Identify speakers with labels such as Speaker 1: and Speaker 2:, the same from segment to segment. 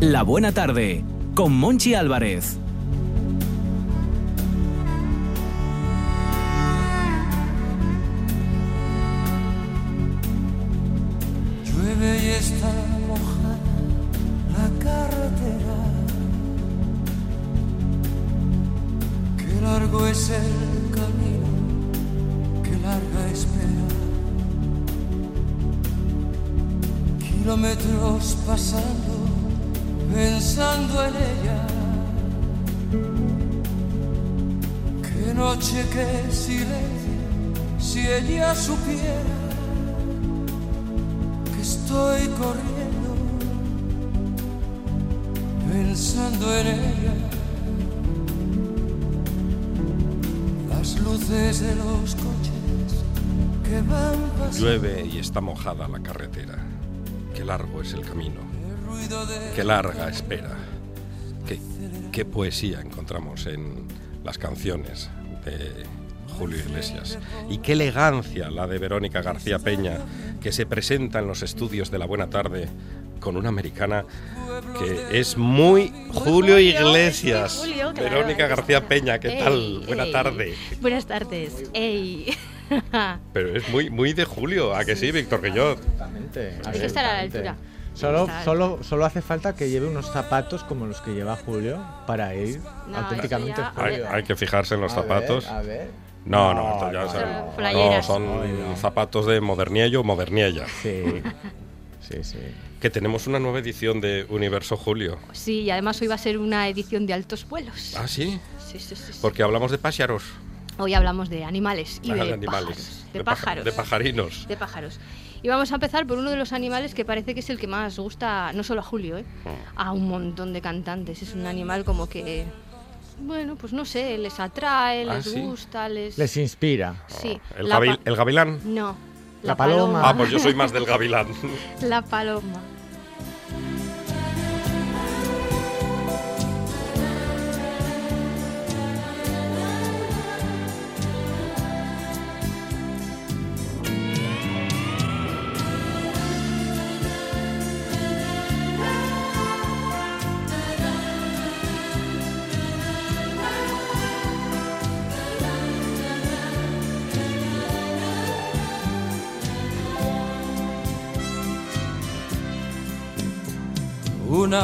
Speaker 1: La Buena Tarde con Monchi Álvarez.
Speaker 2: Llueve y está mojada la carretera. Qué largo es el camino, qué larga espera. Kilómetros pasando, pensando en ella. Qué noche, qué silencio, si ella supiera estoy corriendo pensando en ella. Las luces de los coches que van pasando.
Speaker 3: Llueve y está mojada la carretera. Qué largo es el camino. Qué larga espera. Qué, qué poesía encontramos en las canciones de Julio Iglesias. Y qué elegancia la de Verónica García Peña, que se presenta en los estudios de la Buena Tarde con una americana que es muy Julio Iglesias.
Speaker 4: Julio, claro.
Speaker 3: Verónica García Peña, ¿qué
Speaker 4: Ey,
Speaker 3: tal? Buena
Speaker 4: ey.
Speaker 3: tarde.
Speaker 4: Buenas tardes. Ey.
Speaker 3: Pero es muy, muy de Julio, ¿a que sí, Víctor Guillot?
Speaker 4: Hay que estar a la altura. Hay
Speaker 5: Solo,
Speaker 4: que estar-
Speaker 5: solo, solo hace falta que lleve unos zapatos como los que lleva Julio para ir
Speaker 4: No,
Speaker 5: auténticamente
Speaker 4: eso ya-
Speaker 5: Julio.
Speaker 3: Hay, hay que fijarse en los
Speaker 5: A ver,
Speaker 3: zapatos.
Speaker 5: a ver.
Speaker 3: No, no, esto ya
Speaker 4: Son
Speaker 3: sabe. no,
Speaker 4: playeras.
Speaker 3: son zapatos de moderniello o moderniella.
Speaker 5: Sí. Sí, sí.
Speaker 3: Que tenemos una nueva edición de Universo Julio.
Speaker 4: Sí, y además hoy va a ser una edición de altos vuelos.
Speaker 3: Ah, sí,
Speaker 4: Sí, sí, sí, sí.
Speaker 3: porque hablamos de pájaros.
Speaker 4: Hoy hablamos de animales y
Speaker 3: Ah,
Speaker 4: de,
Speaker 3: de animales.
Speaker 4: pájaros. De
Speaker 3: paja-
Speaker 4: pájaros.
Speaker 3: De pajarinos.
Speaker 4: de pájaros. Y vamos a empezar por uno de los animales que parece que es el que más gusta, no solo a Julio, ¿eh?
Speaker 3: Mm.
Speaker 4: a un montón de cantantes. Es un animal como que, bueno, pues no sé, les atrae,
Speaker 3: Ah,
Speaker 4: les
Speaker 3: ¿sí? Oh,
Speaker 4: gusta, les...
Speaker 5: Les inspira.
Speaker 4: Sí.
Speaker 3: El,
Speaker 4: la pa-
Speaker 3: gavi- el gavilán.
Speaker 4: No.
Speaker 5: La paloma.
Speaker 3: Ah, pues yo soy más del gavilán.
Speaker 4: La paloma.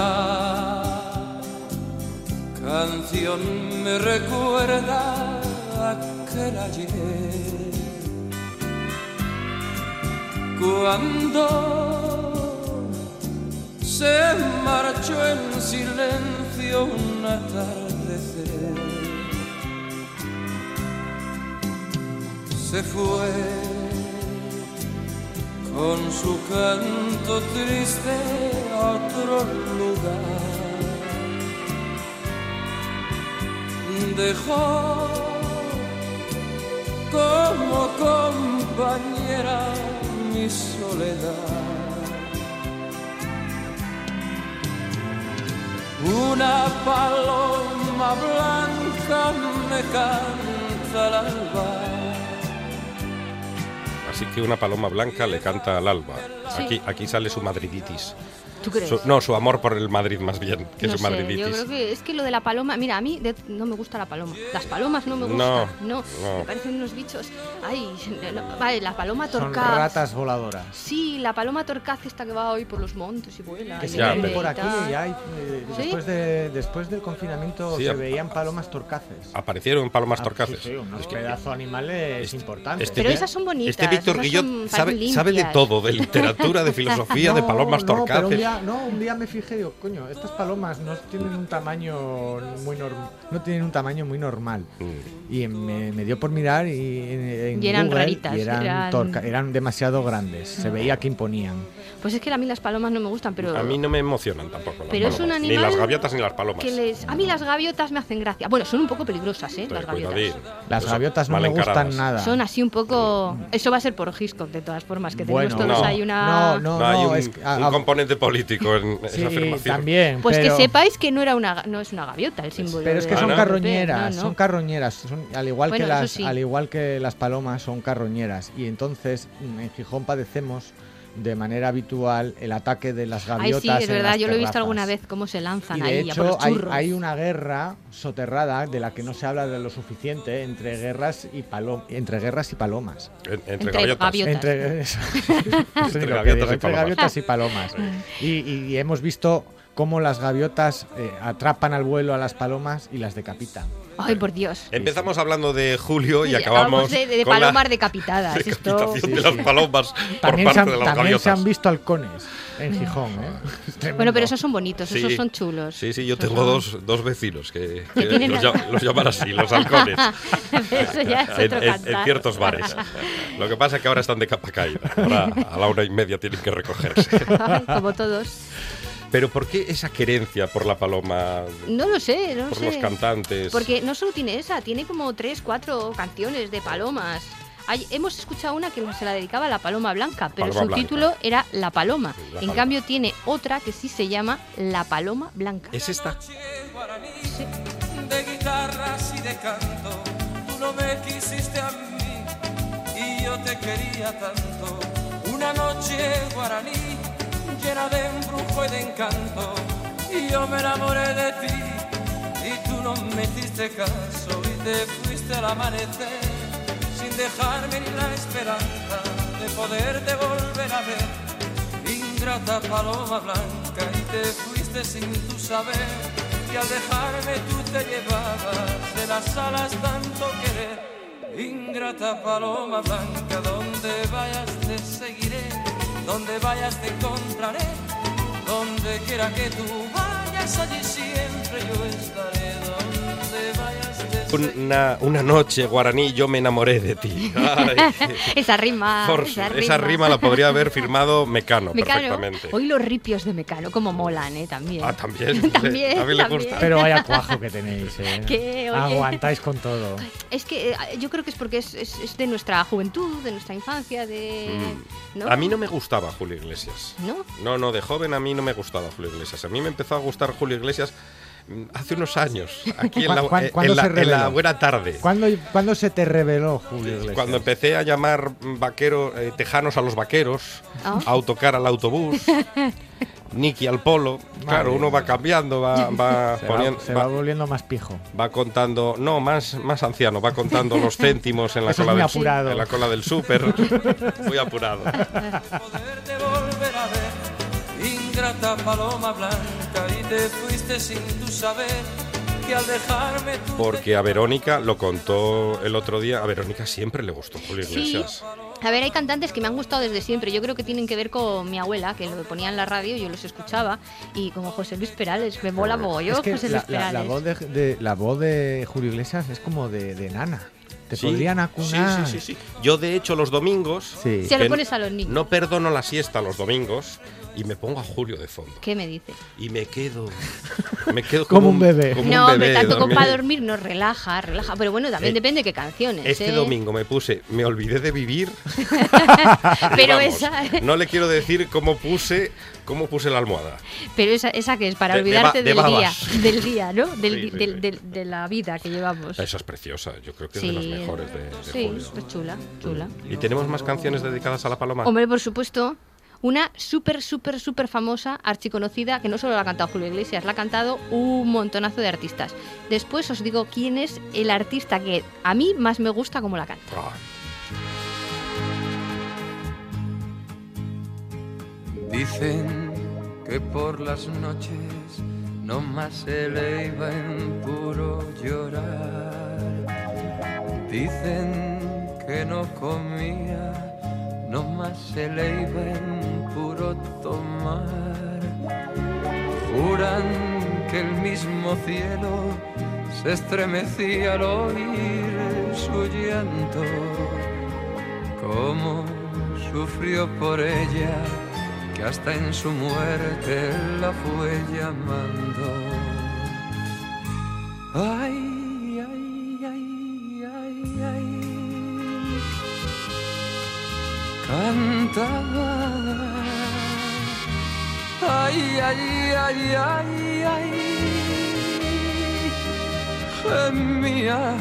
Speaker 2: Una canción me recuerda aquel ayer cuando se marchó en silencio un atardecer. Se fue con su canto triste a otro lugar. Dejó como compañera mi soledad. Una paloma blanca me canta al alba.
Speaker 3: Así que una paloma blanca le canta al alba.
Speaker 4: Sí.
Speaker 3: Aquí, aquí sale su madriditis.
Speaker 4: ¿Tú crees?
Speaker 3: Su- no, su amor por el Madrid más bien, que
Speaker 4: No
Speaker 3: su
Speaker 4: sé,
Speaker 3: madriditis.
Speaker 4: yo creo que es que lo de la paloma, mira, a mí de- no me gusta la paloma. Las palomas no me
Speaker 3: No,
Speaker 4: gustan. No,
Speaker 3: no.
Speaker 4: me parecen unos bichos. Ay, no, vale, la paloma
Speaker 5: Son
Speaker 4: torcaz.
Speaker 5: ratas voladoras.
Speaker 4: Sí, la paloma torcaz esta que va hoy por los montes y vuela.
Speaker 5: Que
Speaker 4: y
Speaker 5: se
Speaker 4: vuela
Speaker 3: Ya,
Speaker 5: ven
Speaker 3: pero-
Speaker 5: por
Speaker 4: y
Speaker 5: aquí
Speaker 4: tal.
Speaker 5: y
Speaker 3: Este
Speaker 5: hay, eh,
Speaker 4: ¿Sí?
Speaker 5: después, de, después del confinamiento
Speaker 3: Sí,
Speaker 5: se
Speaker 3: a-
Speaker 5: veían palomas torcaces.
Speaker 3: Aparecieron palomas
Speaker 5: Ah,
Speaker 3: torcaces.
Speaker 5: Sí, sí, unos pedazos animales
Speaker 3: este-
Speaker 5: importantes.
Speaker 3: este
Speaker 4: Pero
Speaker 3: Vic-
Speaker 4: esas son bonitas.
Speaker 3: Este Víctor
Speaker 4: esas
Speaker 3: Guillot
Speaker 4: son-
Speaker 3: sabe,
Speaker 4: parecen
Speaker 3: sabe de
Speaker 4: limpias.
Speaker 3: todo, de literatura, de filosofía, de
Speaker 5: No,
Speaker 3: palomas
Speaker 5: no,
Speaker 3: torcaces.
Speaker 5: Pero un día, no, un día me fijé, digo, coño, estas palomas no tienen un tamaño muy normal, no tienen un tamaño muy normal.
Speaker 3: Mm.
Speaker 5: Y me, me dio por mirar y, en, en
Speaker 4: Y eran
Speaker 5: Google,
Speaker 4: raritas,
Speaker 5: y eran,
Speaker 4: eran- Mm.
Speaker 5: torca- eran demasiado grandes, se veía que imponían.
Speaker 4: Pues es que a mí las palomas no me gustan, pero.
Speaker 3: A mí no me emocionan tampoco las
Speaker 4: Pero es un
Speaker 3: palomas, ni
Speaker 4: animal
Speaker 3: las gaviotas ni las palomas.
Speaker 4: que les- a mí las gaviotas me hacen gracia. Bueno, son un poco peligrosas, ¿eh?
Speaker 3: Pero
Speaker 4: las gaviotas.
Speaker 3: cuidadín,
Speaker 5: Las
Speaker 3: son
Speaker 5: gaviotas no
Speaker 3: mal
Speaker 5: me gustan
Speaker 3: encaradas.
Speaker 5: nada.
Speaker 4: Son así un poco. Eso va a ser por Hitchcock, de todas formas, que tenemos
Speaker 5: Bueno,
Speaker 4: todos
Speaker 3: no.
Speaker 4: ahí una.
Speaker 5: No, no,
Speaker 3: No, hay un,
Speaker 5: es que- ah,
Speaker 3: un
Speaker 5: ah,
Speaker 3: componente político en en
Speaker 5: Sí,
Speaker 3: esa afirmación.
Speaker 5: también.
Speaker 4: Pues
Speaker 5: pero, Pues,
Speaker 4: que sepáis que no era una ga- no es una gaviota el símbolo.
Speaker 5: Pero es que
Speaker 4: de-
Speaker 5: son
Speaker 3: Ah, ¿no?
Speaker 5: carroñeras,
Speaker 4: No, no.
Speaker 5: son carroñeras, son- al igual
Speaker 4: Bueno,
Speaker 5: que
Speaker 4: eso
Speaker 5: las,
Speaker 4: sí.
Speaker 5: al igual que las palomas son carroñeras y entonces mm, en Gijón padecemos de manera habitual el ataque de las
Speaker 4: Ay,
Speaker 5: gaviotas.
Speaker 4: sí, es
Speaker 5: en
Speaker 4: verdad,
Speaker 5: las
Speaker 4: yo lo he visto
Speaker 5: terrazas.
Speaker 4: alguna vez cómo se lanzan
Speaker 5: Y
Speaker 4: ahí
Speaker 5: de
Speaker 4: a por
Speaker 5: hecho
Speaker 4: los
Speaker 5: hay,
Speaker 4: churros.
Speaker 5: hay una guerra soterrada de la que no se habla de lo suficiente entre guerras y palom- entre guerras y palomas.
Speaker 3: En- entre,
Speaker 4: Entre
Speaker 3: gaviotas.
Speaker 4: gaviotas.
Speaker 5: Entre, eso- eso es lo que
Speaker 3: gaviotas
Speaker 5: digo,
Speaker 3: y
Speaker 5: entre
Speaker 3: palomas.
Speaker 5: gaviotas y palomas.
Speaker 4: Ah.
Speaker 5: Y, y hemos visto cómo las gaviotas eh, atrapan al vuelo a las palomas y las decapitan.
Speaker 4: Ay, por Dios.
Speaker 3: Empezamos hablando de Julio y,
Speaker 4: Sí,
Speaker 3: Eh, acabamos
Speaker 4: de, de
Speaker 3: con
Speaker 4: palomas
Speaker 3: la
Speaker 4: decapitadas. Esto...
Speaker 3: decapitación de las palomas por
Speaker 5: También,
Speaker 3: parte
Speaker 5: se han,
Speaker 3: de las
Speaker 5: también se
Speaker 3: gaviotas.
Speaker 5: han visto halcones en Gijón. ¿eh? Es tremendo.
Speaker 4: Mm. Bueno, pero esos son bonitos,
Speaker 3: Sí.
Speaker 4: esos son chulos.
Speaker 3: Sí, sí, yo
Speaker 4: Esos
Speaker 3: tengo
Speaker 4: son-
Speaker 3: dos, dos vecinos que, que
Speaker 4: tienen
Speaker 3: los,
Speaker 4: la-
Speaker 3: llam- los llaman así, los halcones,
Speaker 4: Eso ya es
Speaker 3: en,
Speaker 4: otro
Speaker 3: en- en
Speaker 4: cantar.
Speaker 3: ciertos bares. Lo que pasa es que ahora están de capa caída, ahora a la una y media tienen que recogerse.
Speaker 4: Como todos.
Speaker 3: Pero ¿por qué esa querencia por la paloma,
Speaker 4: No lo sé, no
Speaker 3: por
Speaker 4: sé.
Speaker 3: los cantantes?
Speaker 4: Porque no solo tiene esa, tiene como tres, cuatro canciones de palomas. Hay- hemos escuchado una que se la dedicaba a la paloma blanca, pero
Speaker 3: Paloma
Speaker 4: su
Speaker 3: blanca.
Speaker 4: título era La paloma.
Speaker 3: La
Speaker 4: en
Speaker 3: paloma.
Speaker 4: cambio tiene otra que sí se llama La paloma blanca.
Speaker 3: ¿Es esta?
Speaker 2: de guitarras y de canto. Tú no me quisiste a mí y yo te quería tanto. Una noche guaraní llena de embrujo y de encanto. Y yo me enamoré de ti y tú no me hiciste caso y te fuiste al amanecer sin dejarme ni la esperanza de poderte volver a ver. Ingrata paloma blanca y te fuiste sin tu saber y al dejarme tú te llevabas de las alas tanto querer. Ingrata paloma blanca, donde vayas te seguiré, donde vayas te encontraré, donde quiera que tú vayas allí siempre yo estaré, donde vayas te seguiré.
Speaker 3: Una, una noche, guaraní, yo me enamoré de ti. Ay,
Speaker 4: Ah, esa rima,
Speaker 3: por-
Speaker 4: esa rima.
Speaker 3: esa rima la podría haber firmado Mecano,
Speaker 4: Mecano.
Speaker 3: perfectamente.
Speaker 4: Hoy los ripios de Mecano, como molan, ¿eh? También.
Speaker 3: Ah, también.
Speaker 4: También,
Speaker 3: A mí le
Speaker 4: también.
Speaker 3: gusta.
Speaker 5: Pero vaya cuajo que tenéis. ¿eh?
Speaker 4: Que, oye.
Speaker 5: Aguantáis con todo.
Speaker 4: Es que eh, yo creo que es porque es, es- es de nuestra juventud, de nuestra infancia, de...
Speaker 3: Mm. A mí no me gustaba Julio Iglesias.
Speaker 4: ¿No?
Speaker 3: No, no, de joven a mí no me gustaba Julio Iglesias. A mí me empezó a gustar Julio Iglesias mm, hace unos años, aquí en la,
Speaker 5: ¿Cuán- cuán-
Speaker 3: eh,
Speaker 5: cuándo
Speaker 3: en la-
Speaker 5: se
Speaker 3: en
Speaker 5: reveló?
Speaker 3: la buena tarde.
Speaker 5: ¿Cuándo, cuándo se te reveló, Julio Iglesias?
Speaker 3: Cuando empecé a llamar mm, vaquero, eh, tejanos a los vaqueros,
Speaker 4: Ah.
Speaker 3: a autocar al autobús, Nicky al polo.
Speaker 5: Madre
Speaker 3: claro, uno va cambiando, va, va
Speaker 5: se,
Speaker 3: poniendo-
Speaker 5: va, se
Speaker 3: va-
Speaker 5: va volviendo más pijo.
Speaker 3: va contando, no, más, más anciano, va contando los céntimos en la,
Speaker 5: Eso es
Speaker 3: cola
Speaker 5: muy
Speaker 3: del,
Speaker 5: apurado.
Speaker 3: en la cola del súper. Muy apurado.
Speaker 2: poderte volver a ver, ingrata paloma blanca, y te fuiste sin tu saber que al dejarme tú
Speaker 3: Porque a Verónica lo contó el otro día. A Verónica siempre le gustó Julio
Speaker 4: Sí.
Speaker 3: Iglesias.
Speaker 4: A ver, hay cantantes que me han gustado desde siempre. Yo creo que tienen que ver con mi abuela, que lo ponía en la radio, yo los escuchaba. Y como José Luis Perales, me mola mogollón
Speaker 5: es que
Speaker 4: José
Speaker 5: la,
Speaker 4: Luis
Speaker 5: la- la
Speaker 4: Perales.
Speaker 5: voz de, de- la voz de Julio Iglesias es como de, de nana. Te
Speaker 3: Sí,
Speaker 5: podrían
Speaker 3: sí,
Speaker 5: acunar.
Speaker 3: sí, sí, sí. Yo, de hecho, los domingos.
Speaker 5: Sí.
Speaker 4: Se lo
Speaker 3: que
Speaker 4: pones a los niños.
Speaker 3: No perdono la siesta los domingos y me pongo a Julio de fondo.
Speaker 4: ¿Qué me dice?
Speaker 3: Y me quedo. Me quedo
Speaker 5: Como
Speaker 3: como,
Speaker 5: un bebé.
Speaker 3: como un
Speaker 4: No, hombre,
Speaker 3: bebé
Speaker 4: tanto como
Speaker 3: dormido.
Speaker 4: para dormir nos relaja, relaja. Pero bueno, también
Speaker 3: Eh,
Speaker 4: depende de qué canciones.
Speaker 3: Este
Speaker 4: ¿eh?
Speaker 3: domingo me puse, me olvidé de vivir. y
Speaker 4: Pero
Speaker 3: vamos,
Speaker 4: esa,
Speaker 3: No le quiero decir cómo puse, cómo puse la almohada.
Speaker 4: pero esa, esa que es para
Speaker 3: De- de ba-
Speaker 4: olvidarte
Speaker 3: de
Speaker 4: del día,
Speaker 3: babas.
Speaker 4: del día, ¿no? Del,
Speaker 3: Sí,
Speaker 4: di-
Speaker 3: sí,
Speaker 4: del-
Speaker 3: sí.
Speaker 4: del- de la vida que llevamos.
Speaker 3: Esa es preciosa, yo creo que es de las mejores de, de
Speaker 4: sí,
Speaker 3: Julio. Mm.
Speaker 4: pues chula, chula.
Speaker 3: ¿Y tenemos más canciones dedicadas a la paloma?
Speaker 4: Hombre, por supuesto. Una súper, súper, súper famosa, archiconocida, que no solo la ha cantado Julio Iglesias, la ha cantado un montonazo de artistas. Después os digo quién es el artista que a mí más me gusta como la canta.
Speaker 3: Ah,
Speaker 2: Dicen que por las noches no más se le iba en puro llorar. Dicen que no comía, no más se le iba en puro tomar. Juran que el mismo cielo se estremecía al oír su llanto cómo sufrió por ella, que hasta en su muerte la fue llamando. Ay, ay, ay, ay, ay. Cantaba. Ay, ay, ay, ay, ay. Gemía.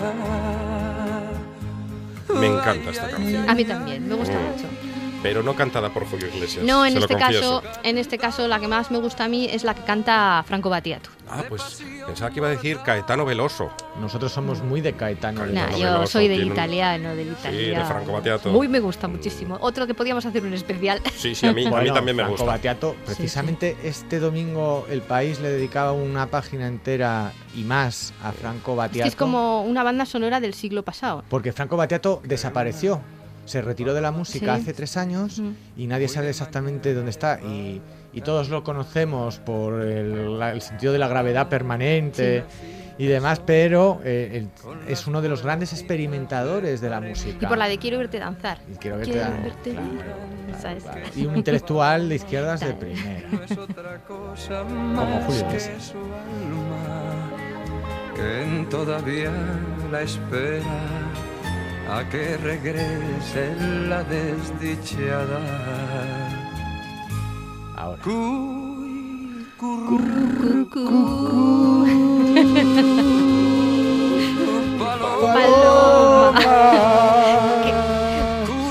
Speaker 3: Me encanta esta
Speaker 2: Ay, ay,
Speaker 3: canción.
Speaker 4: A mí también, me gusta mucho.
Speaker 3: pero no cantada por Julio Iglesias.
Speaker 4: No, en
Speaker 3: Mm, se lo
Speaker 4: este
Speaker 3: confieso.
Speaker 4: caso, en este caso la que más me gusta a mí es la que canta Franco Batiato.
Speaker 3: Ah, pues pensaba que iba a decir Caetano Veloso.
Speaker 5: Nosotros somos muy de Caetano.
Speaker 3: Caetano.
Speaker 4: Nah,
Speaker 3: no,
Speaker 4: yo
Speaker 3: veloso,
Speaker 4: soy del
Speaker 3: tiene un-
Speaker 4: italiano, del
Speaker 3: Sí,
Speaker 4: italiano.
Speaker 3: de Franco Battiato. Mm.
Speaker 4: Muy me gusta muchísimo. Otro que podíamos hacer un especial.
Speaker 3: Sí, sí, a mí, a mí
Speaker 5: Bueno,
Speaker 3: también me
Speaker 5: Franco
Speaker 3: gusta.
Speaker 5: Battiato, precisamente este domingo el país le dedicaba una página entera y más a Franco
Speaker 4: Es
Speaker 5: Batiato.
Speaker 4: que es como una banda sonora del siglo pasado.
Speaker 5: Porque Franco Batiato desapareció. Se retiró de la música
Speaker 4: Sí.
Speaker 5: hace tres años
Speaker 4: Ujú.
Speaker 5: y nadie sabe exactamente dónde está. Y, y todos lo conocemos por el, la- el sentido de la gravedad permanente y demás, pero eh, el- es uno de los grandes experimentadores de la música.
Speaker 4: Y por la de Quiero verte danzar.
Speaker 5: Y quiero verte
Speaker 4: Quiero
Speaker 5: dan-
Speaker 4: verte
Speaker 5: claro,
Speaker 4: danzar.
Speaker 5: claro,
Speaker 4: Esa es.
Speaker 5: claro. Y un intelectual de izquierdas de primera.
Speaker 2: No es otra cosa más
Speaker 5: Julio
Speaker 2: que
Speaker 5: Iglesias.
Speaker 2: su alma, que en todavía la espera a que regrese la desdichada.
Speaker 5: Ahora.
Speaker 2: Cuy, curru,
Speaker 4: Cu, cu, cu.
Speaker 2: palo,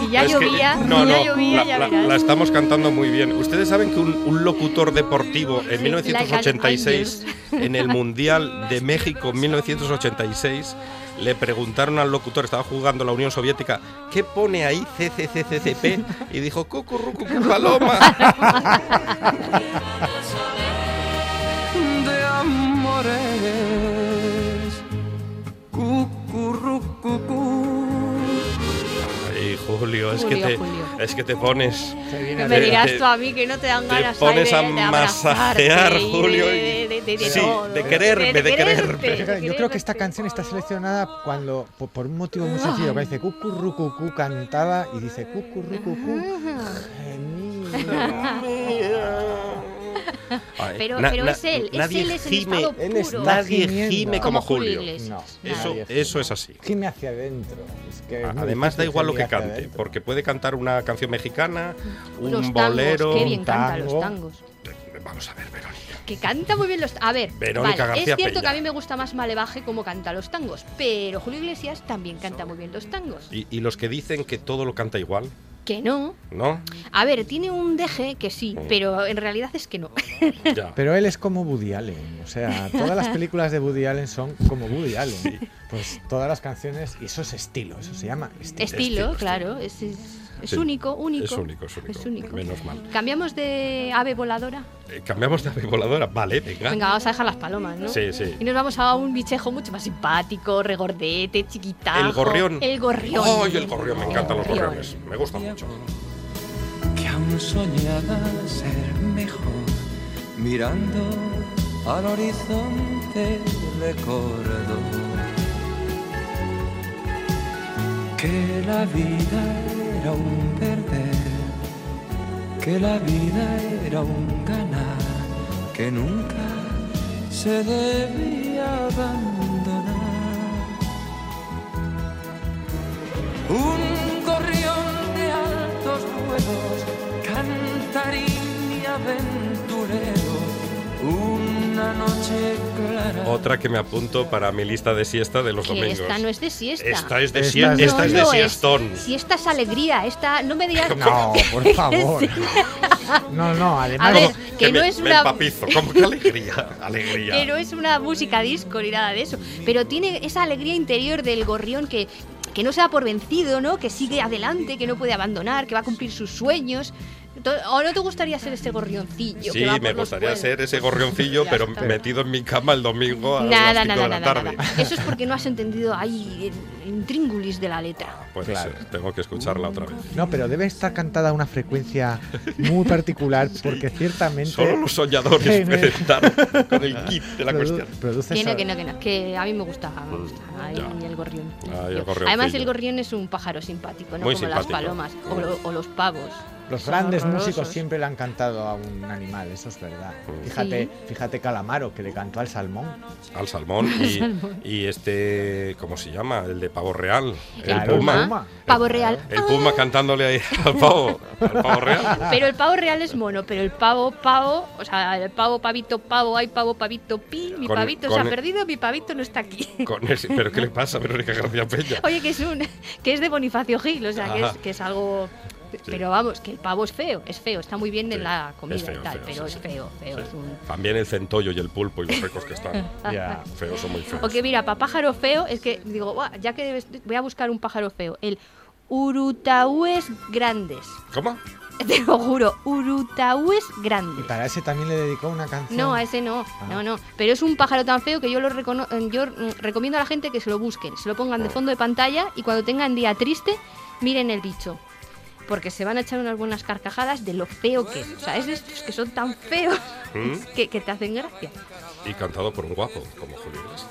Speaker 4: Si ya
Speaker 3: Es que-
Speaker 4: llovía,
Speaker 3: no,
Speaker 4: si ya
Speaker 3: no,
Speaker 4: llovía,
Speaker 3: la,
Speaker 4: ya
Speaker 3: la-
Speaker 4: verás.
Speaker 3: la estamos cantando muy bien. Ustedes saben que un, un locutor deportivo en 1986, en el Mundial de México en 1986, le preguntaron al locutor, estaba jugando la Unión Soviética, ¿qué pone ahí CCCCCP? Y dijo, cucurrucu, paloma.
Speaker 2: de amores. Cucurru,
Speaker 3: Ay, Julio, es,
Speaker 4: Julio,
Speaker 3: que te,
Speaker 4: Julio.
Speaker 3: es que te pones...
Speaker 5: Se viene
Speaker 4: Me
Speaker 5: arriba.
Speaker 4: dirás
Speaker 3: te-
Speaker 4: tú a mí que no te dan
Speaker 3: te
Speaker 4: ganas
Speaker 3: pones
Speaker 4: ahí de-
Speaker 3: a
Speaker 4: de abrazarte
Speaker 3: masajear,
Speaker 4: y de-
Speaker 3: Julio, y-
Speaker 4: de, de- de- de
Speaker 3: sí,
Speaker 4: todo,
Speaker 3: de quererme, de quererme.
Speaker 5: Yo creo- Yo creo que
Speaker 4: este
Speaker 5: esta canción está seleccionada cuando por, por un motivo muy sencillo, que dice cucurrucucú cantada y dice cucurrucucú gemido.
Speaker 3: Ay,
Speaker 4: Pero,
Speaker 3: na-
Speaker 4: pero
Speaker 3: na-
Speaker 4: es él, es
Speaker 3: nadie
Speaker 4: él es en
Speaker 3: gime,
Speaker 4: estado
Speaker 5: Él es
Speaker 4: puro.
Speaker 5: nadie
Speaker 3: nadie gime
Speaker 5: gimiendo.
Speaker 4: Como
Speaker 3: como
Speaker 4: Julio
Speaker 3: Julio.
Speaker 4: Iglesias.
Speaker 5: No,
Speaker 3: Eso,
Speaker 5: nadie gime.
Speaker 3: eso es así.
Speaker 5: Gime hacia adentro. Es que es muy
Speaker 3: Además da
Speaker 5: difícil
Speaker 3: igual lo que
Speaker 5: gemir hacia
Speaker 3: cante,
Speaker 5: adentro.
Speaker 3: porque puede cantar una canción mexicana, un
Speaker 4: los tangos,
Speaker 3: bolero.
Speaker 4: qué bien canta los
Speaker 5: tango.
Speaker 4: tangos.
Speaker 3: Vamos a ver, Verónica.
Speaker 4: Que canta muy bien los. A ver,
Speaker 3: Verónica
Speaker 4: vale,
Speaker 3: García
Speaker 4: es cierto
Speaker 3: Peña.
Speaker 4: que a mí me gusta más Malevaje como canta los tangos, pero Julio Iglesias también canta muy bien los tangos.
Speaker 3: Y, y los que dicen que todo lo canta igual,
Speaker 4: Que no.
Speaker 3: ¿no?
Speaker 4: A ver, tiene un deje que sí, pero en realidad es que no.
Speaker 3: Ya.
Speaker 5: Pero él es como Woody Allen, o sea, todas las películas de Woody Allen son como Woody Allen. Pues todas las canciones, y eso es estilo, eso se llama estilo.
Speaker 4: Estilo,
Speaker 3: estilo.
Speaker 4: claro, es, es- es
Speaker 3: Sí.
Speaker 4: único, único.
Speaker 3: Es único, es único.
Speaker 4: Es único.
Speaker 3: Menos mal.
Speaker 4: Cambiamos de ave voladora.
Speaker 3: Eh, cambiamos de ave voladora. Vale, venga.
Speaker 4: Venga, vamos a dejar las palomas, ¿no?
Speaker 3: Ah. Sí, sí.
Speaker 4: Y nos vamos a un bichejo mucho más simpático, regordete, chiquitajo.
Speaker 3: El gorrión.
Speaker 4: El gorrión.
Speaker 3: ¡Ay, el gorrión! Me encantan los
Speaker 4: gorrión.
Speaker 3: gorriones. Me gustan mucho.
Speaker 2: que aún soñaba ser mejor, mirando al horizonte recuerdo que la vida era un perder, que la vida era un ganar, que nunca se debía abandonar. Un gorrión de altos vuelos, cantarín y aventurero, una noche clara.
Speaker 3: Otra que me apunto para mi lista de siesta de los
Speaker 4: Que
Speaker 3: domingos.
Speaker 4: esta no es de siesta.
Speaker 3: Esta es de,
Speaker 5: Esta
Speaker 3: sie-
Speaker 5: es-
Speaker 3: esta es de
Speaker 4: No lo es.
Speaker 3: siestón.
Speaker 4: Si esta es alegría, esta. No me digas.
Speaker 5: No, por favor. No, no, además.
Speaker 4: A ver,
Speaker 3: Como
Speaker 4: que no
Speaker 3: Ah, me-
Speaker 4: es
Speaker 3: me
Speaker 4: una-
Speaker 3: empapizo. Como que alegría. Alegría.
Speaker 4: que no es una música disco ni nada de eso. Pero tiene esa alegría interior del gorrión que, que no se da por vencido, ¿no? Que sigue adelante, que no puede abandonar, que va a cumplir sus sueños. To- ¿O no te gustaría ser ese gorrioncillo?
Speaker 3: Sí,
Speaker 4: que va por
Speaker 3: me
Speaker 4: los
Speaker 3: gustaría
Speaker 4: pueblos?
Speaker 3: ser ese gorrioncillo,
Speaker 4: Ya
Speaker 3: pero
Speaker 4: está.
Speaker 3: metido en mi cama el domingo a
Speaker 4: Nada,
Speaker 3: las 5
Speaker 4: nada,
Speaker 3: de la
Speaker 4: nada,
Speaker 3: tarde.
Speaker 4: nada. Eso es porque no has entendido ahí el intríngulis de la letra.
Speaker 3: Puede
Speaker 5: Claro.
Speaker 3: ser, Pues, eh, tengo que escucharla otra vez.
Speaker 5: No, pero debe estar cantada a una frecuencia muy particular porque ciertamente.
Speaker 3: Solo los soñadores
Speaker 5: Genial.
Speaker 3: pueden estar con el kit de la
Speaker 5: produ-
Speaker 3: cuestión.
Speaker 5: Produce
Speaker 4: Que no,
Speaker 5: esa-
Speaker 4: que no, que no. Que a mí me gusta, me gusta. Ay,
Speaker 3: Pues Ya.
Speaker 4: el gorrión.
Speaker 3: Ay, el gorrioncillo.
Speaker 4: Además, el gorrión es un pájaro simpático, no
Speaker 3: Muy
Speaker 4: como
Speaker 3: simpático.
Speaker 4: las palomas o, lo- o los pavos.
Speaker 5: Los
Speaker 4: Son
Speaker 5: grandes
Speaker 4: horrorosos.
Speaker 5: músicos siempre le han cantado a un animal, eso es verdad. Fíjate,
Speaker 4: Sí.
Speaker 5: fíjate Calamaro, que le cantó al salmón.
Speaker 3: Al salmón y, y este, ¿cómo se llama? El de pavo real, el
Speaker 5: Claro,
Speaker 3: puma.
Speaker 5: el puma.
Speaker 4: Pavo real.
Speaker 3: El
Speaker 4: Ah.
Speaker 3: puma cantándole ahí al pavo, al pavo real.
Speaker 4: Pero el pavo real es mono, pero el pavo, pavo, o sea, el pavo, pavito, pavo, ay, pavo, pavito, pi, mi
Speaker 3: Con-
Speaker 4: pavito
Speaker 3: con-
Speaker 4: se ha perdido, mi pavito no está aquí.
Speaker 3: Con ese- ¿Pero qué le pasa a Verónica García Peña?
Speaker 4: Oye, que es un, que es de Bonifacio Gil, o sea, que es,
Speaker 3: Ah.
Speaker 4: que es algo Pero vamos, que el pavo es feo, es feo, está muy bien en la comida
Speaker 3: Es feo,
Speaker 4: y tal,
Speaker 3: feo,
Speaker 4: pero
Speaker 3: sí,
Speaker 4: es feo, feo.
Speaker 3: Sí.
Speaker 4: es un-
Speaker 3: También el centollo y el pulpo y los ricos que están.
Speaker 5: Ya.
Speaker 3: Feos son muy feos.
Speaker 4: O que mira, para pájaro feo, es que digo, "Buah, ya que debes- voy a buscar un pájaro feo, el Urutaúes grandes.
Speaker 3: ¿Cómo?
Speaker 4: Te lo juro, Urutaúes
Speaker 5: Y
Speaker 4: grandes.
Speaker 5: para ese también le dedicó una canción.
Speaker 4: No, a ese no,
Speaker 5: Ah.
Speaker 4: no, no. Pero es un pájaro tan feo que yo lo recono- eh, yo mm, recomiendo a la gente que se lo busquen, se lo pongan de fondo de pantalla y cuando tengan día triste, miren el bicho. Porque se van a echar unas buenas carcajadas de lo feo que es. O sea, es de estos que son tan feos
Speaker 3: ¿Mm?
Speaker 4: que, que te hacen gracia.
Speaker 3: Y cantado por un guapo, como Julio Iglesias.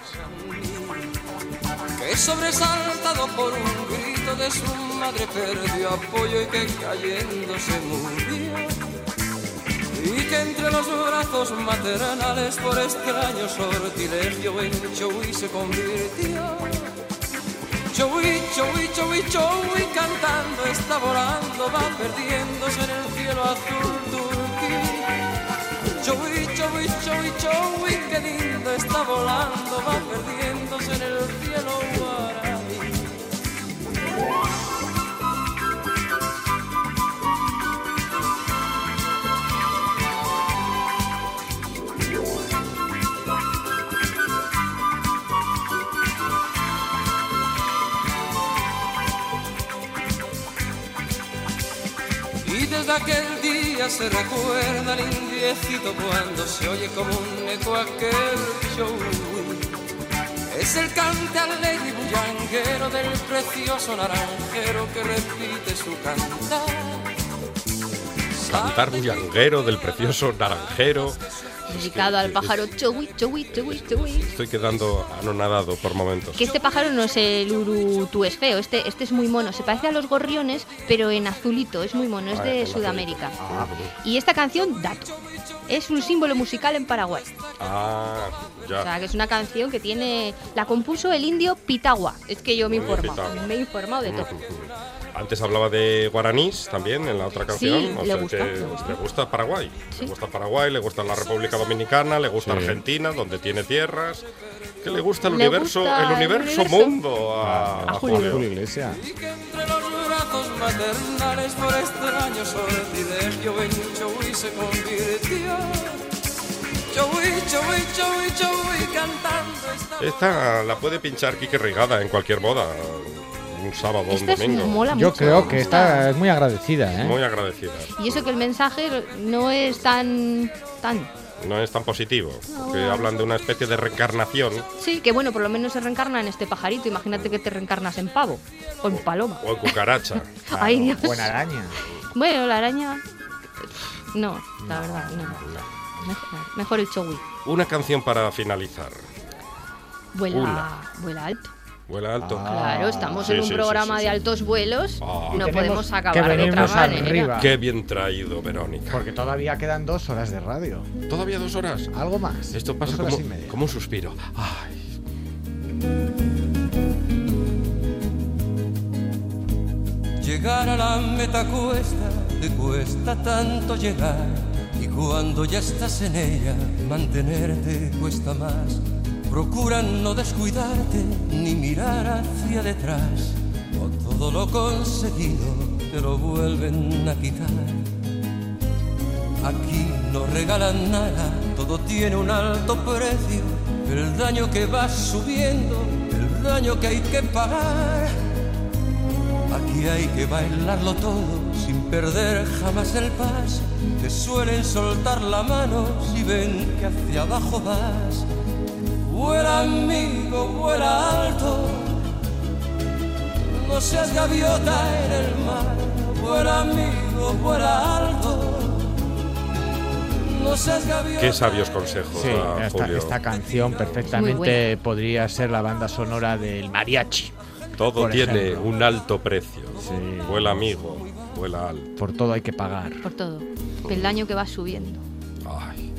Speaker 2: que sobresaltado por un grito de su madre perdió apoyo y que cayendo se murió. Y que entre los brazos maternales por extraño sortilegio en Chowí se convirtió. Chowí, Chowí, Chowí, Chowí cantando está volando, va perdiéndose en el cielo azul turquí. Joey, Joey, Joey, Joey, qué lindo está volando, va perdiéndose en el cielo guaraní. Y desde aquel día se recuerda el indiecito cuando se oye como un eco aquel show. Es el cante alegre y bullanguero del precioso naranjero que repite su cantar.
Speaker 3: Cantar bullanguero del precioso naranjero.
Speaker 4: Dedicado al pájaro Chowi, Chowi, Chowi, Chowi.
Speaker 3: Estoy quedando anonadado por momentos.
Speaker 4: Que este pájaro no es el urutues feo, este, este es muy mono. Se parece a los gorriones, pero en azulito, es muy mono, es
Speaker 3: Ah, en
Speaker 4: de
Speaker 3: azulito.
Speaker 4: Sudamérica.
Speaker 3: Ah.
Speaker 4: Y esta canción, dato, es un símbolo musical en Paraguay.
Speaker 3: Ah,
Speaker 4: O sea,
Speaker 3: ya.
Speaker 4: que es una canción que tiene. La compuso el indio Pitagua. Es que yo me he
Speaker 3: Mm,
Speaker 4: informado.
Speaker 3: Pitagua. Mm,
Speaker 4: Me he informado de todo.
Speaker 3: Antes hablaba de guaranís también en la otra canción.
Speaker 4: Sí,
Speaker 3: O
Speaker 4: le
Speaker 3: sea
Speaker 4: gusta,
Speaker 3: que
Speaker 4: le gusta.
Speaker 3: le gusta Paraguay.
Speaker 4: Sí.
Speaker 3: Le gusta Paraguay, le gusta la República Dominicana, le gusta
Speaker 5: Sí.
Speaker 3: Argentina, donde tiene tierras. Que le gusta el
Speaker 4: Le
Speaker 3: universo,
Speaker 4: gusta
Speaker 3: el
Speaker 4: el
Speaker 3: universo
Speaker 4: universo.
Speaker 3: mundo a,
Speaker 4: A
Speaker 3: a
Speaker 4: Julio.
Speaker 5: Julio Iglesias.
Speaker 2: Y que entre los brazos maternales por este extraño sortilegio en Joey se convirtió. Joey, Joey, Joey, Joey cantando está
Speaker 3: Esta la puede pinchar Quique Rigada en cualquier boda, un sábado o un
Speaker 4: Esta Este es
Speaker 3: domingo.
Speaker 4: mola
Speaker 5: Yo
Speaker 4: mucho.
Speaker 5: creo que esta es muy agradecida, ¿eh?
Speaker 3: Muy agradecida.
Speaker 4: Y eso que el mensaje no es tan. tan.
Speaker 3: No es tan positivo, porque
Speaker 4: Ah.
Speaker 3: hablan de una especie de reencarnación
Speaker 4: Sí, que bueno, por lo menos se reencarna en este pajarito. Imagínate que te reencarnas en pavo o en paloma.
Speaker 3: o en cucaracha.
Speaker 5: Claro,
Speaker 4: Ay, Dios.
Speaker 5: Buena araña.
Speaker 4: Bueno, la araña. No, la verdad, no. Mejor, mejor el chogui.
Speaker 3: Una canción para finalizar.
Speaker 4: Vuela,
Speaker 3: Una.
Speaker 4: vuela alto.
Speaker 3: Vuela alto.
Speaker 5: Ah.
Speaker 4: Claro, estamos
Speaker 3: Ah, Sí,
Speaker 4: en un
Speaker 3: sí, sí,
Speaker 4: programa
Speaker 3: sí,
Speaker 4: de
Speaker 3: sí.
Speaker 4: altos vuelos.
Speaker 3: Ah.
Speaker 4: no
Speaker 5: Tenemos
Speaker 4: podemos
Speaker 5: que
Speaker 4: acabar de ¿eh? otra
Speaker 5: venirnos
Speaker 4: manera.
Speaker 5: arriba.
Speaker 3: Qué bien traído, Verónica.
Speaker 5: Porque todavía quedan dos horas de radio.
Speaker 3: Todavía dos horas.
Speaker 5: Algo más.
Speaker 3: Esto pasa
Speaker 5: Dos horas
Speaker 3: como,
Speaker 5: y media.
Speaker 3: como un suspiro. Ay,
Speaker 2: Llegar a la meta cuesta, te cuesta tanto llegar. Y cuando ya estás en ella, mantenerte cuesta más. Procura no descuidarte ni mirar hacia detrás. O todo lo conseguido te lo vuelven a quitar. Aquí no regalan nada, todo tiene un alto precio. El daño que va subiendo, el daño que hay que pagar. Aquí hay que bailarlo todo sin perder jamás el paso. Te suelen soltar la mano si ven que hacia abajo vas. Vuela amigo, vuela alto. No seas gaviota en el mar. Vuela amigo, vuela alto. No seas gaviota.
Speaker 3: qué sabios consejos
Speaker 5: Sí,
Speaker 3: da
Speaker 5: esta,
Speaker 3: Julio.
Speaker 5: esta canción perfectamente podría ser la banda sonora del mariachi.
Speaker 3: Todo
Speaker 5: por
Speaker 3: tiene
Speaker 5: ejemplo.
Speaker 3: un alto precio.
Speaker 5: Sí.
Speaker 3: Vuela amigo, vuela alto.
Speaker 5: Por todo hay que pagar.
Speaker 4: Por todo. El daño que va subiendo.
Speaker 3: Ay,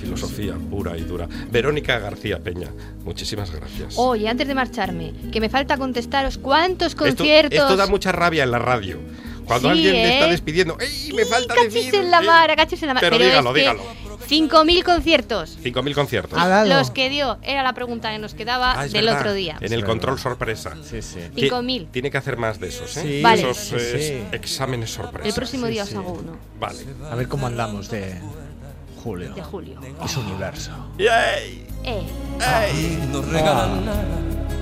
Speaker 3: filosofía pura y dura. Verónica García Peña, muchísimas gracias.
Speaker 4: Oye, antes de marcharme, que me falta contestaros cuántos
Speaker 3: Esto-
Speaker 4: conciertos.
Speaker 3: Esto, da mucha rabia en la radio. Cuando
Speaker 4: Sí,
Speaker 3: alguien me está
Speaker 4: ¿eh?
Speaker 3: despidiendo, ¡ey! Me falta
Speaker 4: Cachis
Speaker 3: decir.
Speaker 4: en la
Speaker 3: eh,
Speaker 4: mar, cachis en la mar.
Speaker 3: Pero,
Speaker 4: es
Speaker 3: dígalo,
Speaker 4: que
Speaker 3: dígalo.
Speaker 4: 5.000 conciertos.
Speaker 3: 5.000 conciertos.
Speaker 5: Ha dado.
Speaker 4: Los que dio, era la pregunta que nos quedaba
Speaker 3: Ah, es
Speaker 4: del
Speaker 3: verdad,
Speaker 4: otro día.
Speaker 3: En el
Speaker 5: Es
Speaker 3: control
Speaker 5: verdad.
Speaker 3: sorpresa.
Speaker 5: Sí, sí.
Speaker 3: Que
Speaker 4: 5.000.
Speaker 3: Tiene que hacer más de esos, ¿eh?
Speaker 5: Sí,
Speaker 4: Vale.
Speaker 3: Esos
Speaker 5: sí,
Speaker 3: eh,
Speaker 5: sí.
Speaker 3: exámenes sorpresa.
Speaker 4: El próximo
Speaker 5: Sí,
Speaker 4: día
Speaker 5: sí.
Speaker 4: os hago uno,
Speaker 3: Vale.
Speaker 5: A ver cómo andamos de Julio
Speaker 4: de julio.
Speaker 5: y su universo.
Speaker 3: ¡Yay!
Speaker 4: Eh,
Speaker 2: No regalan nada,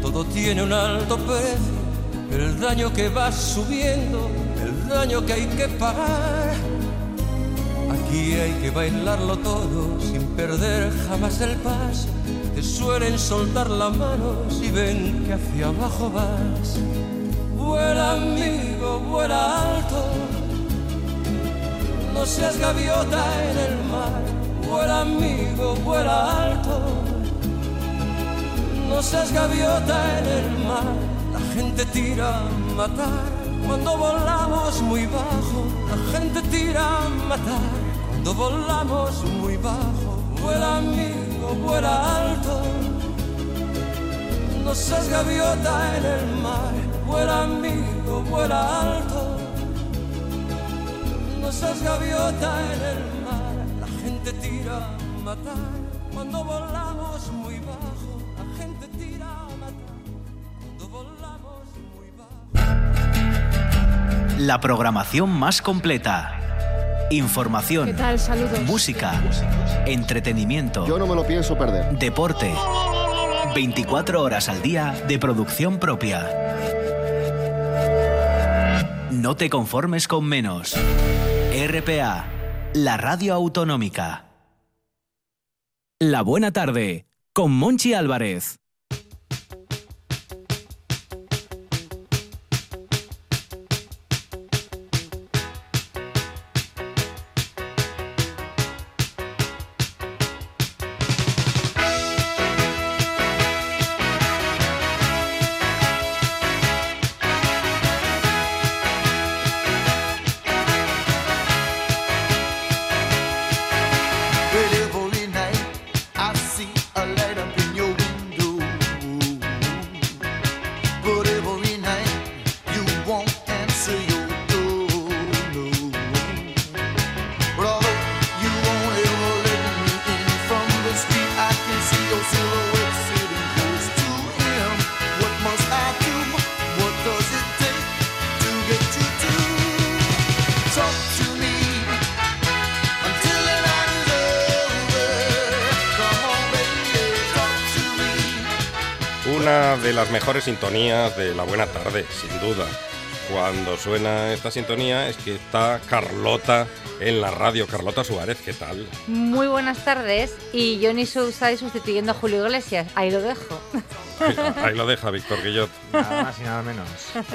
Speaker 2: todo tiene un alto precio. El daño que va subiendo, el daño que hay que pagar. Aquí hay que bailarlo todo sin perder jamás el paso. Te suelen soltar la mano si ven que hacia abajo vas. Vuela amigo, vuela alto. No seas gaviota en el mar. Vuela amigo, vuela alto. No seas gaviota en el mar, la gente tira a matar. Cuando volamos muy bajo, la gente tira a matar. Cuando volamos muy bajo, vuela amigo, vuela alto. No seas gaviota en el mar, vuela amigo, vuela alto. No seas gaviota en el mar, la gente tira a matar. Cuando volamos muy bajo, la gente tira a matar. Cuando volamos muy bajo.
Speaker 1: La programación más completa. Información.
Speaker 6: ¿Qué tal? Saludos.
Speaker 1: Música. Entretenimiento.
Speaker 7: Yo no me lo pienso perder.
Speaker 1: Deporte. 24 horas al día de producción propia. No te conformes con menos. RPA, la radio autonómica. La buena tarde, con Monchi Álvarez.
Speaker 8: Well, every night I see a light up in your window. But every night you won't answer your door. No. But although you won't ever let me in from the street, I can see your silhouette sitting close to him. What must I do? What does it take to get you to talk to me? Until the night is over, come on, baby, talk to me.
Speaker 3: Una de las mejores sintonías de la buena tarde, sin duda. Cuando suena esta sintonía es que está Carlota en la radio. Carlota Suárez, ¿qué tal?
Speaker 9: Muy buenas tardes y Johnny Sousa y sustituyendo a Julio Iglesias. Ahí lo dejo.
Speaker 3: Ahí lo deja Víctor Guillot.
Speaker 5: Nada más y nada menos.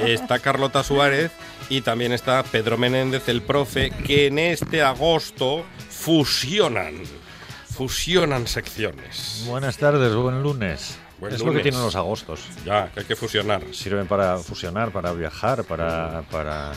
Speaker 3: Está Carlota Suárez y también está Pedro Menéndez, el profe, que en este agosto fusionan. Fusionan secciones.
Speaker 10: Buenas tardes, buen lunes.
Speaker 3: Buen
Speaker 10: es lo
Speaker 3: lunes.
Speaker 10: que tienen los agostos.
Speaker 3: Ya, que hay que fusionar.
Speaker 10: Sirven para fusionar, para viajar, para. para...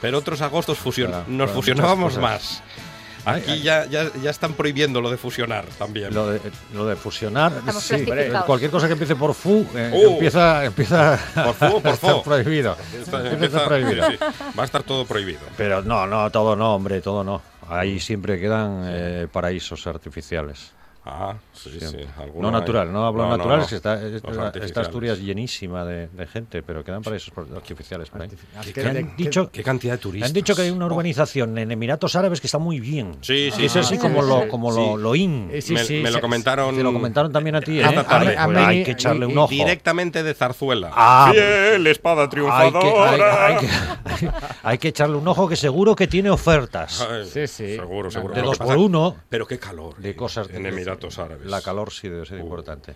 Speaker 3: Pero otros agostos fusion-
Speaker 10: Para-
Speaker 3: nos
Speaker 10: para
Speaker 3: fusionábamos más.
Speaker 10: muchas
Speaker 3: Aquí
Speaker 10: Ay, ay.
Speaker 3: Ya, ya, ya están prohibiendo lo de fusionar también.
Speaker 10: Lo de, lo de fusionar,
Speaker 9: Estamos
Speaker 10: sí.
Speaker 9: plastificados.
Speaker 10: Cualquier cosa que empiece por fu eh,
Speaker 3: Uh.
Speaker 10: empieza, empieza
Speaker 3: Por fu, por
Speaker 10: a estar
Speaker 3: fu.
Speaker 10: prohibido.
Speaker 3: Está-
Speaker 10: Empieza a
Speaker 3: empieza-
Speaker 10: estar prohibido.
Speaker 3: sí, va a estar todo prohibido.
Speaker 10: Pero no, no, todo no, hombre, todo no.
Speaker 3: Mm.
Speaker 10: Ahí siempre quedan eh, paraísos artificiales.
Speaker 3: Ah, sí, sí.
Speaker 10: siempre.
Speaker 3: alguno
Speaker 10: No natural,
Speaker 3: hay.
Speaker 10: no hablo
Speaker 3: No, no,
Speaker 10: natural,
Speaker 3: no.
Speaker 10: es que está,
Speaker 3: Los
Speaker 10: es- está
Speaker 3: artificiales.
Speaker 10: Asturias llenísima de, de gente, pero quedan paraísos por- artificiales. por ahí.
Speaker 5: Artificiales.
Speaker 10: Que
Speaker 5: ¿Qué-
Speaker 10: han
Speaker 5: qué-
Speaker 10: dicho,
Speaker 3: ¿Qué cantidad de
Speaker 10: han
Speaker 3: turistas?
Speaker 10: dicho que hay una urbanización en Emiratos Árabes que está muy bien.
Speaker 3: Sí, sí,
Speaker 10: Que es
Speaker 3: sí,
Speaker 10: así
Speaker 3: sí,
Speaker 10: como
Speaker 3: sí,
Speaker 10: lo,
Speaker 3: sí.
Speaker 10: como
Speaker 3: Sí.
Speaker 10: lo, lo in.
Speaker 5: Eh, sí,
Speaker 3: me,
Speaker 5: sí,
Speaker 3: me lo
Speaker 5: se-
Speaker 3: comentaron.
Speaker 10: Te lo comentaron también a ti, ¿eh?
Speaker 3: Esta tarde.
Speaker 10: Pues
Speaker 5: A mí-
Speaker 10: hay que echarle un
Speaker 5: y-
Speaker 10: ojo.
Speaker 3: Directamente de Zarzuela.
Speaker 10: Ah,
Speaker 3: Fiel espada
Speaker 10: Hay que, hay,
Speaker 3: triunfadora.
Speaker 10: hay que- hay que echarle un ojo que seguro que tiene ofertas
Speaker 3: Ay,
Speaker 5: Sí, sí.
Speaker 3: Seguro, seguro.
Speaker 10: de
Speaker 3: Lo
Speaker 10: dos
Speaker 3: que
Speaker 10: por
Speaker 3: pasa-
Speaker 10: uno
Speaker 3: Pero qué calor.
Speaker 10: de cosas
Speaker 3: En
Speaker 10: de-
Speaker 3: Emiratos Árabes. Uh,
Speaker 10: La calor sí debe ser importante.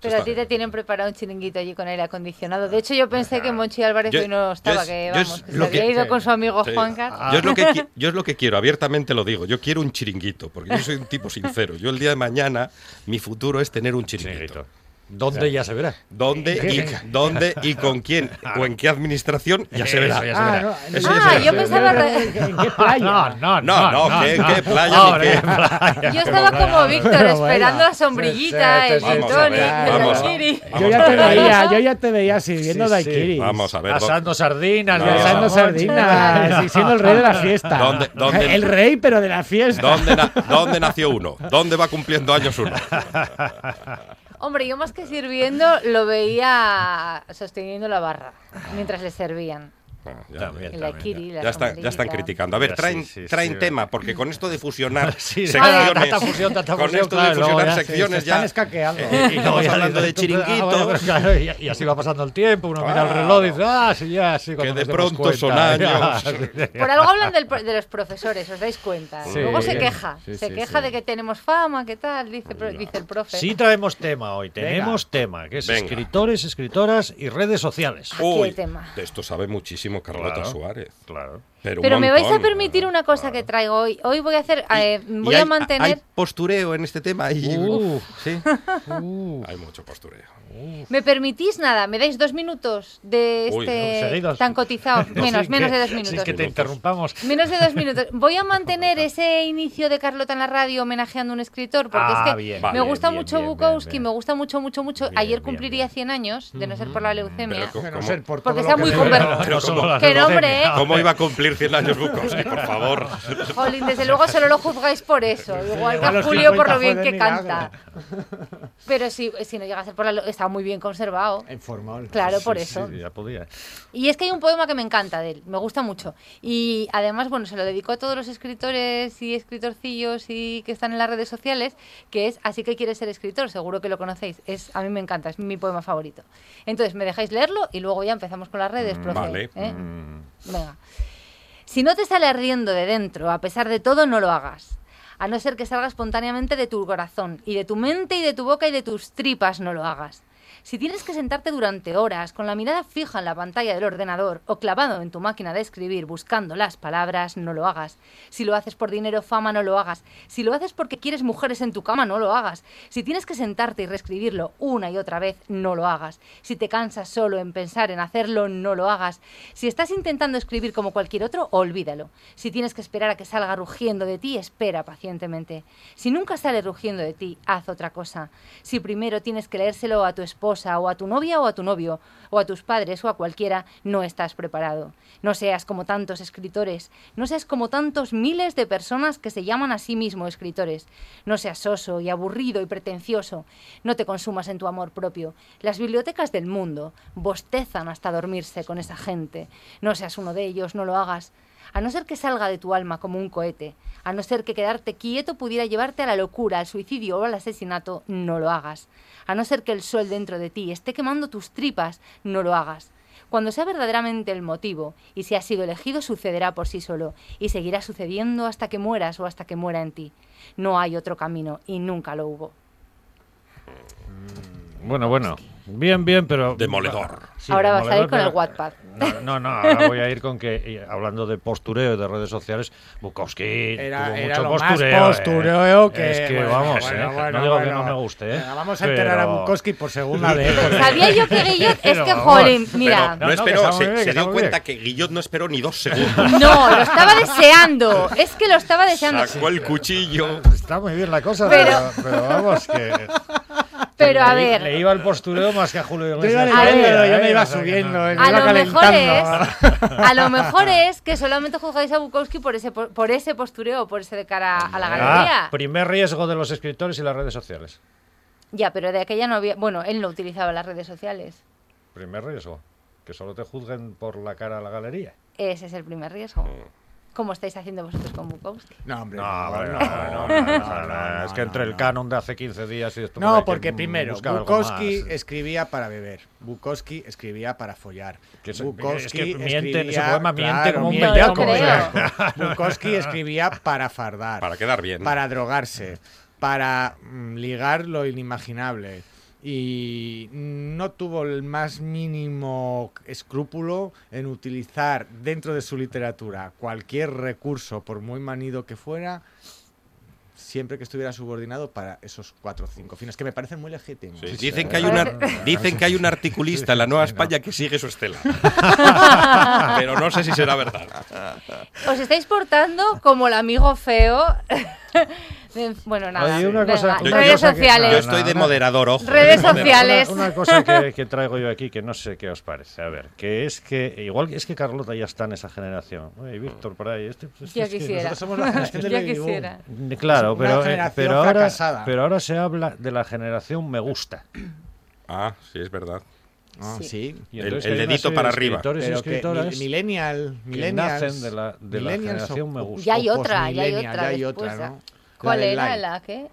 Speaker 9: Pero a ti te tienen preparado un chiringuito allí con aire acondicionado. De hecho, yo pensé que Monchi Álvarez
Speaker 3: Ah. Yo-
Speaker 9: hoy no estaba,
Speaker 3: yo es-
Speaker 9: que
Speaker 3: yo es
Speaker 9: vamos, que
Speaker 3: lo
Speaker 9: se había
Speaker 3: que-
Speaker 9: ido con su amigo
Speaker 3: Sí.
Speaker 9: Juan Carlos.
Speaker 3: Yo es, lo que, qui- yo es lo que quiero, abiertamente lo digo. Yo quiero un chiringuito, porque yo soy un tipo sincero. Yo el día de mañana, mi futuro es tener un chiringuito.
Speaker 10: Chiringuito.
Speaker 6: ¿Dónde ya se verá?
Speaker 3: ¿Dónde y, dónde y con quién? ¿O en qué administración? Ya se verá.
Speaker 6: Eso ya se
Speaker 5: Ah,
Speaker 6: verá.
Speaker 5: no,
Speaker 3: Eso
Speaker 5: no,
Speaker 3: ya
Speaker 9: ah,
Speaker 3: se
Speaker 9: yo
Speaker 3: ve.
Speaker 9: pensaba. re-
Speaker 5: ¿En qué playa?
Speaker 6: No, no,
Speaker 3: No, no, que en qué playa ni
Speaker 6: Hombre,
Speaker 3: qué.
Speaker 9: Yo estaba como Víctor
Speaker 5: Pero bueno.
Speaker 9: esperando la sombrillita, eh.
Speaker 5: Sí, sí,
Speaker 9: el
Speaker 5: sí,
Speaker 3: Vamos a
Speaker 9: Tony,
Speaker 3: ver,
Speaker 9: el
Speaker 3: vamos a-
Speaker 9: Daikiri.
Speaker 5: Yo
Speaker 3: Ah, vamos
Speaker 5: ya
Speaker 3: a
Speaker 5: te
Speaker 3: ver.
Speaker 5: veía, yo ya te veía sirviendo
Speaker 6: Sí, sí.
Speaker 5: daiquiris.
Speaker 3: Vamos a ver.
Speaker 6: Asando sardinas,
Speaker 3: No.
Speaker 6: de jamón.
Speaker 5: Asando sardinas y siendo el rey de la fiesta.
Speaker 3: ¿Dónde- dónde-
Speaker 5: El rey, pero de la fiesta.
Speaker 3: ¿Dónde, na- dónde nació uno? ¿Dónde va cumpliendo años uno? Ah,
Speaker 9: Hombre, yo más que sirviendo lo veía sosteniendo la barra mientras le servían.
Speaker 3: Ah, ya-
Speaker 6: También,
Speaker 9: El
Speaker 6: también,
Speaker 9: daiquiri, la
Speaker 3: Ya están, ya están
Speaker 9: sombrillita.
Speaker 3: criticando. A ver,
Speaker 6: Ya,
Speaker 3: traen,
Speaker 6: sí, sí,
Speaker 3: traen
Speaker 6: sí,
Speaker 3: tema, porque con esto de fusionar
Speaker 6: Sí,
Speaker 3: secciones,
Speaker 6: tanta fusión, tanta
Speaker 3: con
Speaker 6: fusión,
Speaker 3: esto de
Speaker 6: claro, luego
Speaker 3: fusionar
Speaker 6: ya se- se
Speaker 3: secciones
Speaker 5: están
Speaker 3: ya,
Speaker 5: escaqueando.
Speaker 3: eh,
Speaker 6: Y
Speaker 3: y estamos
Speaker 6: luego ya-
Speaker 3: hablando de
Speaker 6: Ah, bueno, pero
Speaker 3: chiringuitos,
Speaker 6: claro, y, y así va pasando el tiempo, uno mira el
Speaker 3: Claro.
Speaker 6: reloj y dice, ah, sí, ya, sí, cuando
Speaker 3: que de
Speaker 6: nos demos
Speaker 3: pronto
Speaker 6: cuenta,
Speaker 3: son
Speaker 6: ya,
Speaker 3: años.
Speaker 6: sí.
Speaker 9: Por algo hablan del pro- de los profesores, ¿os dais cuenta?
Speaker 5: Sí.
Speaker 9: Luego se queja,
Speaker 5: Sí,
Speaker 9: se
Speaker 5: sí,
Speaker 9: queja
Speaker 5: sí.
Speaker 9: de que tenemos fama, ¿qué tal? Dice, pro- dice el profe.
Speaker 6: Sí traemos tema hoy, tenemos tema, que es
Speaker 3: Venga.
Speaker 6: escritores, escritoras y redes sociales.
Speaker 9: qué tema.
Speaker 3: de esto sabe muchísimo Carlota
Speaker 6: Claro.
Speaker 3: Suárez.
Speaker 6: Claro.
Speaker 3: Pero, un
Speaker 9: Pero me vais a
Speaker 3: montón.
Speaker 9: permitir una cosa que traigo hoy. Hoy voy a hacer, eh,
Speaker 3: Y
Speaker 9: voy
Speaker 3: hay-
Speaker 9: a mantener...
Speaker 3: Hay postureo en este tema. Y,
Speaker 6: Uf.
Speaker 3: sí,
Speaker 6: Uh,
Speaker 3: hay mucho postureo.
Speaker 9: ¿Me permitís nada? ¿Me dais dos minutos de
Speaker 3: Uy,
Speaker 9: este
Speaker 6: seguidos.
Speaker 9: tan cotizado? Menos,
Speaker 6: sin
Speaker 9: menos
Speaker 6: que-
Speaker 9: de dos
Speaker 6: Sin
Speaker 9: minutos.
Speaker 6: que te interrumpamos.
Speaker 9: Menos de dos minutos. Voy a mantener ese inicio de Carlota en la radio homenajeando a un escritor, porque
Speaker 6: Ah,
Speaker 9: es que
Speaker 6: bien,
Speaker 9: me
Speaker 3: bien,
Speaker 9: gusta
Speaker 6: bien,
Speaker 9: mucho
Speaker 6: bien,
Speaker 9: Bukowski,
Speaker 6: bien,
Speaker 9: me gusta mucho, mucho, mucho.
Speaker 6: Bien,
Speaker 9: Ayer
Speaker 6: bien,
Speaker 9: cumpliría 100 años, de no ser por la leucemia.
Speaker 3: Pero co-
Speaker 5: A no
Speaker 3: ¿Cómo?
Speaker 5: ser por
Speaker 9: Porque
Speaker 5: todo
Speaker 9: está
Speaker 5: lo
Speaker 9: muy
Speaker 5: que-
Speaker 9: conver-
Speaker 6: Pero solo las
Speaker 9: ¡Qué
Speaker 6: de
Speaker 9: nombre,
Speaker 6: Bohemia.
Speaker 9: eh!
Speaker 3: ¿Cómo iba a cumplir 100 años Bukowski? Por favor.
Speaker 9: Jolín, desde luego solo lo juzgáis por eso. Igual que
Speaker 5: a
Speaker 9: a
Speaker 5: los
Speaker 9: Julio por
Speaker 5: 50
Speaker 9: lo bien
Speaker 5: fue de
Speaker 9: que canta. Pero si, si no llega a ser por la... leu- Está muy bien conservado.
Speaker 5: En formal.
Speaker 9: Claro,
Speaker 6: Sí,
Speaker 9: por
Speaker 6: sí,
Speaker 9: eso.
Speaker 6: ya podía.
Speaker 9: Y es que hay un poema que me encanta de él, me gusta mucho. Y además, bueno, se lo dedico a todos los escritores y escritorcillos y que están en las redes sociales, que es Así que quieres ser escritor, seguro que lo conocéis. Es a mí me encanta, es mi poema favorito. Entonces, me dejáis leerlo y luego ya empezamos con las redes, profe.
Speaker 3: vale.
Speaker 9: ¿eh? Venga. Si no te sale ardiendo de dentro, a pesar de todo, no lo hagas. A no ser que salga espontáneamente de tu corazón, y de tu mente, y de tu boca, y de tus tripas, no lo hagas. Si tienes que sentarte durante horas con la mirada fija en la pantalla del ordenador o clavado en tu máquina de escribir buscando las palabras, no lo hagas. Si lo haces por dinero, fama, no lo hagas. Si lo haces porque quieres mujeres en tu cama, no lo hagas. Si tienes que sentarte y reescribirlo una y otra vez, no lo hagas. Si te cansas solo en pensar en hacerlo, no lo hagas. Si estás intentando escribir como cualquier otro, olvídalo. Si tienes que esperar a que salga rugiendo de ti, espera pacientemente. Si nunca sale rugiendo de ti, haz otra cosa. Si primero tienes que leérselo a tu esposa o a tu novia o a tu novio o a tus padres o a cualquiera, no estás preparado. No seas como tantos escritores, no seas como tantos miles de personas que se llaman a sí mismo escritores. No seas soso y aburrido y pretencioso. No te consumas en tu amor propio. Las bibliotecas del mundo bostezan hasta dormirse con esa gente. No seas uno de ellos, no lo hagas. A no ser que salga de tu alma como un cohete, a no ser que quedarte quieto pudiera llevarte a la locura, al suicidio o al asesinato, no lo hagas. A no ser que el sol dentro de ti esté quemando tus tripas, no lo hagas. Cuando sea verdaderamente el motivo y si has sido elegido sucederá por sí solo y seguirá sucediendo hasta que mueras o hasta que muera en ti. No hay otro camino y nunca lo hubo.
Speaker 6: Bueno, bueno. Bien, bien, pero.
Speaker 3: Demoledor.
Speaker 6: Sí,
Speaker 9: Ahora vas a ir
Speaker 6: demoledor,
Speaker 9: con el
Speaker 6: pero-
Speaker 9: Wattpad.
Speaker 6: No, no, no, ahora voy a ir con que, y hablando de postureo y de redes sociales, Bukowski
Speaker 5: Era-
Speaker 6: tuvo
Speaker 5: era
Speaker 6: mucho
Speaker 5: lo más
Speaker 6: postureo. ¿eh?
Speaker 5: postureo que-
Speaker 6: Es que
Speaker 5: bueno,
Speaker 6: vamos,
Speaker 5: bueno,
Speaker 6: ¿eh?
Speaker 5: bueno,
Speaker 6: no digo que
Speaker 5: bueno.
Speaker 6: no me guste, ¿eh?
Speaker 5: Venga, vamos a enterar a
Speaker 6: pero-
Speaker 5: Bukowski por segunda vez.
Speaker 9: Sabía yo que Guillot es
Speaker 6: Pero
Speaker 9: que
Speaker 6: vamos,
Speaker 9: jolín, mira.
Speaker 3: Pero
Speaker 6: No,
Speaker 3: no,
Speaker 6: no, que está
Speaker 3: esperó,
Speaker 6: muy
Speaker 3: se,
Speaker 6: bien, que
Speaker 3: se
Speaker 6: está
Speaker 3: dio
Speaker 6: muy
Speaker 3: cuenta
Speaker 6: bien.
Speaker 3: que Guillot no esperó ni dos segundos.
Speaker 9: No, lo estaba deseando. Es que lo estaba deseando.
Speaker 3: Sacó el cuchillo.
Speaker 6: Está muy bien la cosa,
Speaker 9: Pero-
Speaker 6: pero, pero vamos, que.
Speaker 9: Pero a
Speaker 6: le-
Speaker 9: ver.
Speaker 6: Le iba el postureo más que a Julio
Speaker 5: Yo iba
Speaker 6: Iglesias.
Speaker 5: leyéndolo,
Speaker 6: ¿eh?
Speaker 5: yo me iba
Speaker 6: O sea que
Speaker 5: subiendo,
Speaker 6: no.
Speaker 5: me
Speaker 9: A
Speaker 5: iba
Speaker 9: lo mejor es,
Speaker 5: calentando.
Speaker 9: a lo mejor es que solamente juzgáis a Bukowski por ese po- por ese postureo, por ese de cara a la
Speaker 6: Ah,
Speaker 9: galería.
Speaker 6: primer riesgo de los escritores y las redes sociales.
Speaker 9: Ya, pero de aquella no había, bueno, él no utilizaba las redes sociales.
Speaker 6: Primer riesgo. Que solo te juzguen por la cara a la galería.
Speaker 9: Ese es el primer riesgo. ¿Cómo estáis haciendo vosotros con Bukowski?
Speaker 5: No, hombre.
Speaker 6: No,
Speaker 5: no,
Speaker 6: bueno,
Speaker 5: no,
Speaker 6: no, no,
Speaker 5: no,
Speaker 6: no, no,
Speaker 5: no,
Speaker 6: es que entre
Speaker 5: no,
Speaker 6: el
Speaker 5: no.
Speaker 6: canon de hace 15 días y esto.
Speaker 5: No,
Speaker 6: hay que
Speaker 5: porque
Speaker 6: mm,
Speaker 5: primero,
Speaker 6: buscar algo
Speaker 5: Bukowski
Speaker 6: más.
Speaker 5: escribía para beber, Bukowski escribía para follar,
Speaker 6: Que se-
Speaker 5: Bukowski
Speaker 6: es que miente,
Speaker 5: escribía-
Speaker 6: ese poema miente como un
Speaker 5: miente
Speaker 9: bellaco,
Speaker 5: como
Speaker 9: o sea.
Speaker 5: un bellaco. Bukowski escribía para fardar,
Speaker 3: Para
Speaker 5: para,
Speaker 3: quedar bien.
Speaker 5: drogarse, para mm, ligar lo inimaginable. Y no tuvo el más mínimo escrúpulo en utilizar dentro de su literatura cualquier recurso, por muy manido que fuera, siempre que estuviera subordinado para esos cuatro o cinco fines, que me parecen muy legítimos.
Speaker 3: Sí, dicen, que hay una, dicen que hay un articulista en la Nueva España que sigue su estela. Pero no sé si será verdad.
Speaker 9: Os estáis portando como el amigo feo. de- bueno, nada.
Speaker 6: Oye, una cosa-
Speaker 9: venga,
Speaker 6: una
Speaker 9: redes
Speaker 6: cosa que-
Speaker 9: sociales.
Speaker 3: Yo estoy de moderador, ojo. ¿eh?
Speaker 9: Redes
Speaker 3: de moderador.
Speaker 9: sociales.
Speaker 6: Una, una cosa que, que traigo yo aquí que no sé qué os parece. A ver, que es que, igual es que Carlota ya está en esa generación. Oye, Víctor, por ahí. Este, pues,
Speaker 9: Ya
Speaker 6: es que
Speaker 9: quisiera.
Speaker 5: Nosotros somos la generación del
Speaker 9: Ya
Speaker 5: baby boom.
Speaker 9: quisiera.
Speaker 6: nosotros- Claro,
Speaker 5: Una
Speaker 6: pero, eh,
Speaker 5: generación
Speaker 6: pero, ahora,
Speaker 5: fracasada.
Speaker 6: pero ahora se habla de la generación me gusta.
Speaker 3: Ah, sí, es verdad.
Speaker 5: Ah,
Speaker 9: Sí.
Speaker 5: sí.
Speaker 6: Y
Speaker 3: El-
Speaker 6: entonces
Speaker 3: el
Speaker 6: hay una
Speaker 3: dedito
Speaker 6: serie
Speaker 3: para
Speaker 6: de
Speaker 3: arriba.
Speaker 6: escritores y
Speaker 5: Pero que
Speaker 6: escritoras
Speaker 5: mi- millennial,
Speaker 6: que
Speaker 5: millennials,
Speaker 6: nacen de la, de la
Speaker 5: millennials
Speaker 6: generación
Speaker 5: o-
Speaker 6: me
Speaker 5: o-
Speaker 6: gusta.
Speaker 9: Ya hay
Speaker 5: o
Speaker 9: otra, ya hay
Speaker 5: postmillennial,
Speaker 9: otra.
Speaker 5: Ya hay
Speaker 9: después,
Speaker 5: otra,
Speaker 9: ¿no?
Speaker 5: ¿no?
Speaker 9: ¿Cuál
Speaker 5: La del
Speaker 9: era
Speaker 5: like.
Speaker 9: la que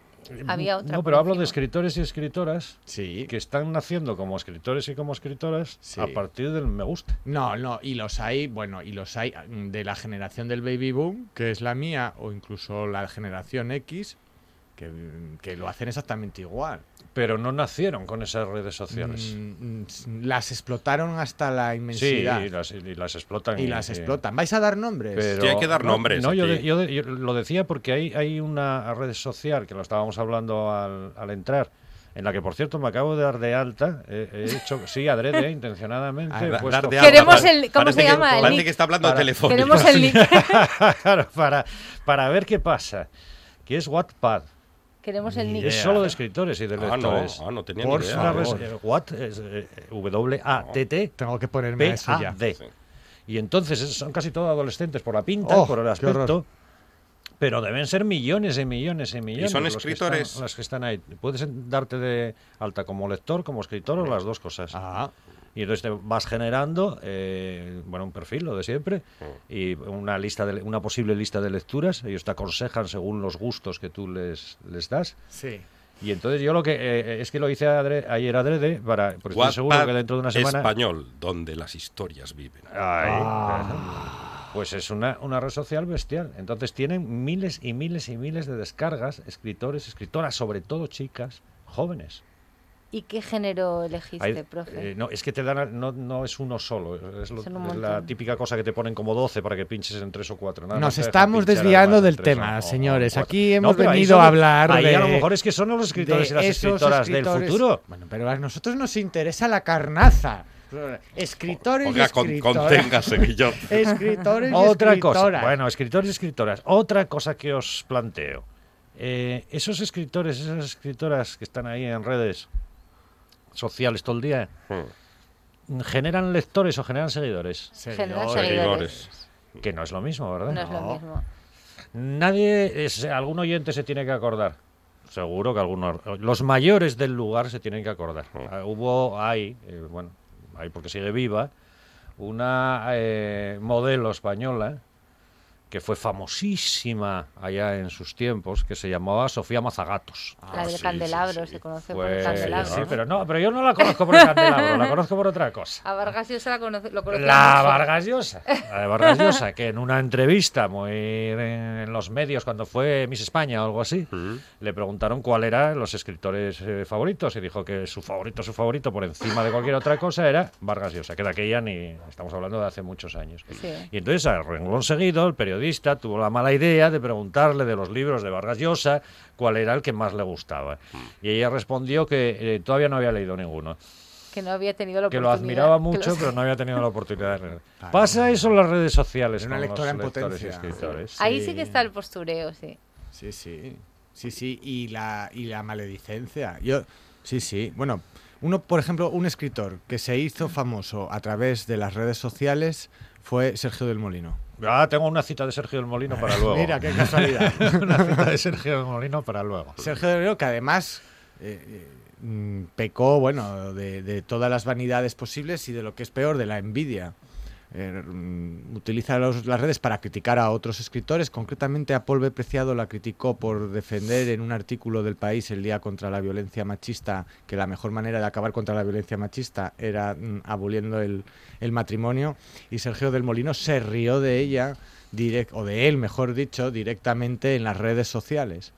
Speaker 9: había otra?
Speaker 6: Eh, No,
Speaker 9: por
Speaker 6: pero hablo de
Speaker 9: encima?
Speaker 6: escritores y escritoras
Speaker 5: Sí.
Speaker 6: que están naciendo como escritores y como escritoras
Speaker 5: Sí.
Speaker 6: a partir del me gusta.
Speaker 5: No, no, y los hay, bueno, y los hay mm, de la generación del baby boom, que es la mía, o incluso la generación X, que, mm, que lo hacen exactamente igual.
Speaker 6: Pero no nacieron con esas redes sociales.
Speaker 5: Mm, mm, s- las explotaron hasta la
Speaker 6: Sí,
Speaker 5: inmensidad.
Speaker 6: y las, y las explotan.
Speaker 5: y las
Speaker 6: y-
Speaker 5: explotan. ¿Vais a dar nombres?
Speaker 6: Pero-
Speaker 3: Sí, hay que dar
Speaker 6: no,
Speaker 3: nombres
Speaker 6: No, yo,
Speaker 3: aquí.
Speaker 6: de- yo de- yo lo decía porque hay, hay una red social que lo estábamos hablando al, al entrar. En la que, por cierto, me acabo de dar de alta. eh, he hecho, sí, adrede, intencionadamente.
Speaker 5: Ah,
Speaker 6: he
Speaker 3: Da-
Speaker 6: puesto-
Speaker 3: dar de
Speaker 9: alta. Queremos
Speaker 3: pare-
Speaker 9: el- ¿cómo
Speaker 3: parece
Speaker 9: se
Speaker 3: que-
Speaker 9: llama? El
Speaker 3: Parece
Speaker 9: nick.
Speaker 3: que está hablando de
Speaker 6: Para-
Speaker 3: teléfono.
Speaker 9: Tenemos el link.
Speaker 6: Claro, para, para ver qué pasa. Que es Wattpad.
Speaker 9: Queremos el
Speaker 6: Y
Speaker 9: nick.
Speaker 6: es solo de escritores y de
Speaker 3: Ah, no,
Speaker 6: lectores.
Speaker 3: ah, no tenía
Speaker 6: Por
Speaker 3: ni idea.
Speaker 6: una res- eh, Watt, es, eh, W-A-T-T,
Speaker 5: Tengo que
Speaker 6: Em,
Speaker 5: ponerme a eso ya.
Speaker 6: P-A-D. Y entonces es- son casi todos adolescentes por la pinta,
Speaker 5: Oh,
Speaker 6: por el
Speaker 5: qué
Speaker 6: aspecto.
Speaker 5: horror.
Speaker 6: Pero deben ser millones y millones y millones.
Speaker 3: son
Speaker 6: los que están-
Speaker 3: escritores?
Speaker 6: los que están ahí. Puedes darte de alta como lector, como escritor o las dos cosas.
Speaker 5: Ah,
Speaker 6: Y entonces te vas generando eh, bueno, un perfil, lo de siempre,
Speaker 3: Mm.
Speaker 6: y una, lista de, le- una posible lista de lecturas. Ellos te aconsejan según los gustos que tú les, les das.
Speaker 5: sí.
Speaker 6: Y entonces yo lo que eh, es que lo hice adre- ayer adrede para porque estoy seguro que dentro de una semana
Speaker 3: español, donde las historias viven.
Speaker 6: Ahí,
Speaker 5: Ah.
Speaker 6: claro. pues es una, una red social bestial. Entonces tienen miles y miles y miles de descargas, escritores, escritoras, sobre todo chicas, jóvenes.
Speaker 9: ¿Y qué género elegiste,
Speaker 6: Hay-
Speaker 9: profe?
Speaker 6: eh, no, es que te dan, a- no, no es uno solo, es, lo-
Speaker 9: Son un
Speaker 6: es la
Speaker 9: montón.
Speaker 6: típica cosa que te ponen como 12 para que pinches en tres o cuatro. nada más
Speaker 5: Nos
Speaker 6: te dejan
Speaker 5: estamos
Speaker 6: pinchar
Speaker 5: desviando
Speaker 6: además Oh, en
Speaker 5: del
Speaker 6: tres
Speaker 5: tema,
Speaker 6: o- o
Speaker 5: señores.
Speaker 6: cuatro.
Speaker 5: Aquí hemos
Speaker 6: pero ahí
Speaker 5: venido
Speaker 6: son-
Speaker 5: a hablar
Speaker 6: ahí a lo
Speaker 5: de-
Speaker 6: mejor es que son los escritores
Speaker 5: de
Speaker 6: y las
Speaker 5: esos
Speaker 6: escritoras del
Speaker 5: escritores-
Speaker 6: futuro.
Speaker 5: Bueno, pero a nosotros nos interesa la carnaza. Escritores y
Speaker 3: Oiga, con,
Speaker 5: escritoras.
Speaker 3: conténgase, Guillot.
Speaker 5: Escritores y
Speaker 6: Otra cosa,
Speaker 5: escritoras.
Speaker 6: bueno, escritores y escritoras, otra cosa que os planteo. Eh, esos escritores, esas escritoras que están ahí en redes sociales todo el día,
Speaker 3: Hmm.
Speaker 6: ¿generan lectores o generan seguidores?
Speaker 9: General
Speaker 5: Seguidores.
Speaker 9: seguidores.
Speaker 6: Que no es lo mismo, ¿verdad?
Speaker 9: No es lo mismo.
Speaker 6: Nadie, es- algún oyente se tiene que acordar. Seguro que algunos, los mayores del lugar se tienen que acordar. Ah, Hubo, hay, eh, bueno, hay porque sigue viva, una eh, modelo española que fue famosísima allá en sus tiempos, que se llamaba Sofía Mazagatos.
Speaker 9: la del candelabro, se conoce Ah, por el
Speaker 6: Pues,
Speaker 9: candelabro.
Speaker 6: sí,
Speaker 9: ¿no?
Speaker 6: pero no, pero yo no la conozco por el candelabro, la conozco por otra cosa.
Speaker 9: A Vargas Llosa la conoce, lo conoce
Speaker 6: La
Speaker 9: mucho.
Speaker 6: Vargas Llosa. La de Vargas Llosa, que en una entrevista muy en en los medios cuando fue Miss España o algo así, le preguntaron cuál eran los escritores eh, favoritos y dijo que su favorito, su favorito por encima de cualquier otra cosa era Vargas Llosa, que de aquella ni estamos hablando de hace muchos años.
Speaker 9: Sí.
Speaker 6: Y entonces, a renglón seguido, el periodista tuvo la mala idea de preguntarle de los libros de Vargas Llosa cuál era el que más le gustaba. Y ella respondió que eh, todavía no había leído ninguno
Speaker 9: Que no había tenido la
Speaker 6: que lo
Speaker 9: oportunidad.
Speaker 6: admiraba
Speaker 9: Pues que
Speaker 6: mucho,
Speaker 9: los-
Speaker 6: pero no había tenido la oportunidad de leer. Pasa eso en las redes sociales.
Speaker 5: Era una
Speaker 6: con los
Speaker 5: lectora en
Speaker 6: lectores y
Speaker 5: potencia.
Speaker 6: escritores.
Speaker 9: Ahí sí que está el postureo, sí.
Speaker 5: Sí, sí. Sí, sí. Y la, y la maledicencia. Yo, sí, sí. Bueno, uno, por ejemplo, un escritor que se hizo famoso a través de las redes sociales fue Sergio del Molino.
Speaker 6: Ah, tengo una cita de Sergio del Molino para luego.
Speaker 5: Mira, qué casualidad.
Speaker 6: una cita de Sergio del Molino para luego.
Speaker 5: Sergio del Molino, que además eh, eh, mm, pecó, bueno, de, de todas las vanidades posibles y de lo que es peor, de la envidia. Eh, mm, utiliza los- las redes para criticar a otros escritores. Concretamente a Paul B. Preciado la criticó por defender en un artículo del país el día contra la violencia machista que la mejor manera de acabar contra la violencia machista era mm, aboliendo el, el matrimonio. Y Sergio del Molino se rió de ella, direc- o de él, mejor dicho, directamente en las redes sociales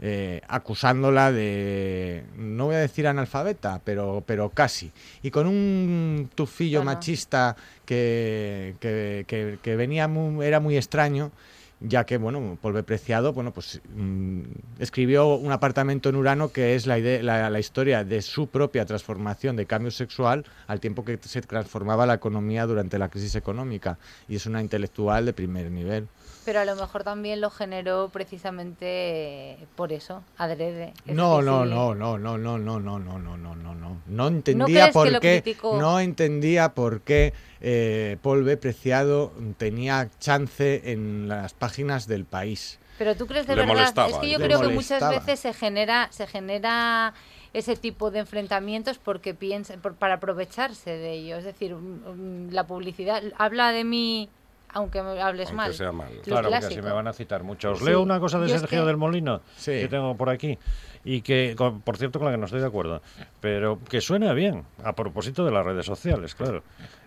Speaker 5: eh, acusándola de, no voy a decir analfabeta, pero, pero casi. Y con un tufillo
Speaker 9: Bueno.
Speaker 5: machista que, que, que- que venía muy- era muy extraño ya que, bueno, Polve Preciado, bueno, pues mm, escribió un apartamento en Urano que es la, ide- la, la historia de su propia transformación de cambio sexual al tiempo que se transformaba la economía durante la crisis económica. Y es una intelectual de primer nivel.
Speaker 9: Pero a lo mejor también lo generó precisamente por eso, adrede. Es
Speaker 5: No, no,
Speaker 9: decir,
Speaker 5: no, no, no, no, no, no, no, no, no, no, no. No
Speaker 9: crees
Speaker 5: entendía
Speaker 9: que
Speaker 5: por
Speaker 9: lo
Speaker 5: qué.
Speaker 9: criticó?
Speaker 5: No entendía por qué eh, Paul B. Preciado tenía chance en las páginas del país.
Speaker 9: Pero tú crees de
Speaker 3: Le
Speaker 9: verdad,
Speaker 3: molestaba,
Speaker 9: es que yo
Speaker 5: le
Speaker 9: creo que
Speaker 5: molestaba.
Speaker 9: muchas veces se genera, se genera ese tipo de enfrentamientos porque piensa, por- para aprovecharse de ello. Es decir, mm, mm, la publicidad habla de mí, aunque me hables
Speaker 3: Aunque
Speaker 9: mal.
Speaker 3: sea mal.
Speaker 9: Lo
Speaker 6: Claro, porque así
Speaker 9: clásico.
Speaker 6: me van a citar mucho. Os
Speaker 9: Sí.
Speaker 6: leo una cosa de
Speaker 9: Yo es
Speaker 6: Sergio
Speaker 9: que-
Speaker 6: del Molino
Speaker 5: Sí.
Speaker 6: que tengo por aquí y que, con- por cierto, con la que no estoy de acuerdo, pero que suena bien a propósito de las redes sociales, claro.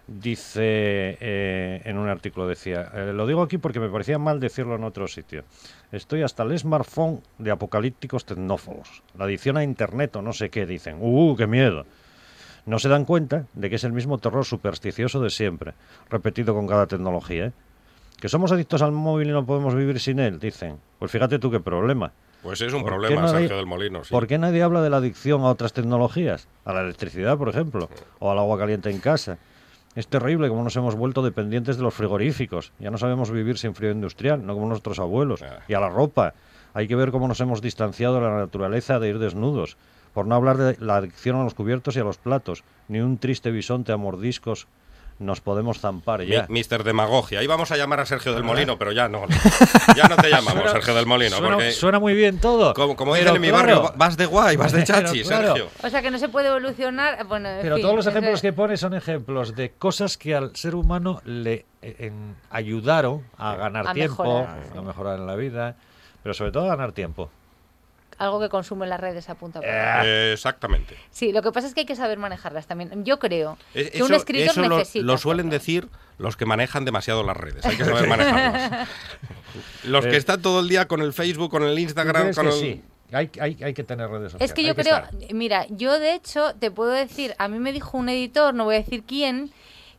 Speaker 6: Dice eh, en un artículo decía, eh, lo digo aquí porque me parecía mal decirlo en otro sitio. Estoy hasta el smartphone de apocalípticos tecnófobos. La adicción a internet o no sé qué dicen. Uh, qué miedo. No se dan cuenta de que es el mismo terror supersticioso de siempre, repetido con cada tecnología. ¿eh? Que somos adictos al móvil y no podemos vivir sin él, dicen. Pues fíjate tú qué problema.
Speaker 3: Pues es un
Speaker 6: ¿Por qué
Speaker 3: problema,
Speaker 6: nadie-
Speaker 3: Sergio del Molino. sí.
Speaker 6: ¿Por qué nadie habla de la adicción a otras tecnologías? A la electricidad, por ejemplo, o al agua caliente en casa. Es terrible como nos hemos vuelto dependientes de los frigoríficos. Ya no sabemos vivir sin frío industrial, no como nuestros abuelos.
Speaker 3: Ah.
Speaker 6: Y a la ropa. Hay que ver cómo nos hemos distanciado de la naturaleza de ir desnudos. Por no hablar de la adicción a los cubiertos y a los platos. Ni un triste bisonte a mordiscos nos podemos zampar
Speaker 3: Mi-
Speaker 6: ya.
Speaker 3: Mister Demagogia. Íbamos a llamar a Sergio del Molino, pero ya no. Ya no te llamamos,
Speaker 6: Ah. Suena-
Speaker 3: Sergio del Molino.
Speaker 6: suena,
Speaker 3: porque
Speaker 6: suena muy bien todo.
Speaker 3: como, como
Speaker 6: pero
Speaker 3: dicen en mi
Speaker 6: claro,
Speaker 3: barrio, va- vas de guay, vas de
Speaker 6: Pero
Speaker 3: chachi,
Speaker 6: claro.
Speaker 3: Sergio.
Speaker 9: O sea, que no se puede evolucionar. Bueno, en
Speaker 6: Pero
Speaker 9: fin,
Speaker 6: todos los
Speaker 9: es
Speaker 6: ejemplos
Speaker 9: de-
Speaker 6: que pone son ejemplos de cosas que al ser humano le eh, en- ayudaron a ganar
Speaker 9: A
Speaker 6: tiempo,
Speaker 9: mejorar, sí.
Speaker 6: a mejorar en la vida, pero sobre todo a ganar tiempo.
Speaker 9: Algo que consume las redes apunta. para-
Speaker 6: Ah.
Speaker 3: Eh, exactamente.
Speaker 9: Sí, lo que pasa es que hay que saber manejarlas también. Yo creo
Speaker 3: Es-
Speaker 9: que un escritor
Speaker 3: Eh, E-, eso lo,
Speaker 9: necesita.
Speaker 3: lo suelen
Speaker 9: hacerlo.
Speaker 3: decir los que manejan demasiado las redes. Hay que saber manejarlas. Los que están todo el día con el Facebook, con el Instagram,
Speaker 6: ¿Crees
Speaker 3: con
Speaker 6: que
Speaker 3: el...
Speaker 6: sí? Hay, hay- hay que tener redes sociales.
Speaker 9: Es que yo
Speaker 6: hay
Speaker 9: creo,
Speaker 6: estar.
Speaker 9: mira, yo de hecho te puedo decir, a mí me dijo un editor, no voy a decir quién,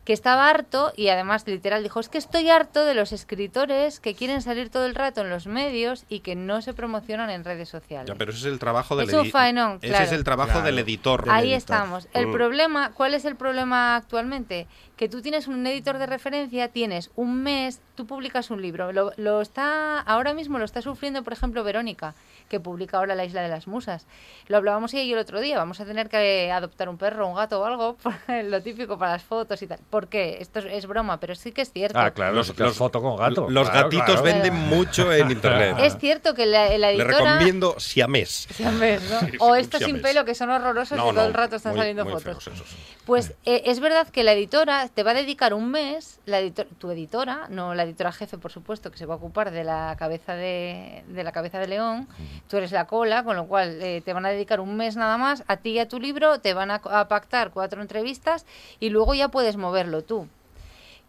Speaker 9: que estaba harto y además literal dijo, es que estoy harto de los escritores que quieren salir todo el rato en los medios y que no se promocionan en redes sociales.
Speaker 3: Ya, pero ese es el trabajo del
Speaker 9: Es un
Speaker 3: edi-
Speaker 9: faenón,
Speaker 3: Ese
Speaker 9: claro.
Speaker 3: es el trabajo
Speaker 5: Claro.
Speaker 3: del editor.
Speaker 9: Ahí
Speaker 5: editor.
Speaker 9: estamos. El
Speaker 3: Mm.
Speaker 9: problema, ¿cuál es el problema actualmente? Que tú tienes un editor de referencia, tienes un mes, tú publicas un libro. Lo, lo está ahora mismo lo está sufriendo, por ejemplo, Verónica, que publica ahora La Isla de las Musas. Lo hablábamos ella y yo el otro día. Vamos a tener que adoptar un perro, un gato o algo, lo típico para las fotos y tal. ¿Por qué? Esto es, es broma, pero sí que es cierto.
Speaker 6: Ah, claro,
Speaker 3: Los-
Speaker 6: los,
Speaker 3: los-
Speaker 6: foto con gato.
Speaker 3: Los
Speaker 6: claro,
Speaker 3: gatitos
Speaker 6: claro.
Speaker 3: venden mucho en internet.
Speaker 9: Es cierto que la, la
Speaker 3: Le
Speaker 9: editora
Speaker 3: recomiendo siamés.
Speaker 9: Siamés, ¿no?
Speaker 3: Sí,
Speaker 9: o
Speaker 3: sí,
Speaker 9: estos sin
Speaker 3: siamés.
Speaker 9: pelo que son horrorosos y
Speaker 3: No,
Speaker 9: todo
Speaker 3: no,
Speaker 9: el rato están
Speaker 3: muy-
Speaker 9: saliendo
Speaker 3: muy
Speaker 9: fotos.
Speaker 3: feos esos.
Speaker 9: Pues eh, es verdad que la editora te va a dedicar un mes, la edito- tu editora, no la editora jefe, por supuesto, que se va a ocupar de la cabeza de, de la cabeza de león. Tú eres la cola, con lo cual eh, te van a dedicar un mes nada más a ti y a tu libro, te van a, co- a pactar cuatro entrevistas y luego ya puedes moverlo tú.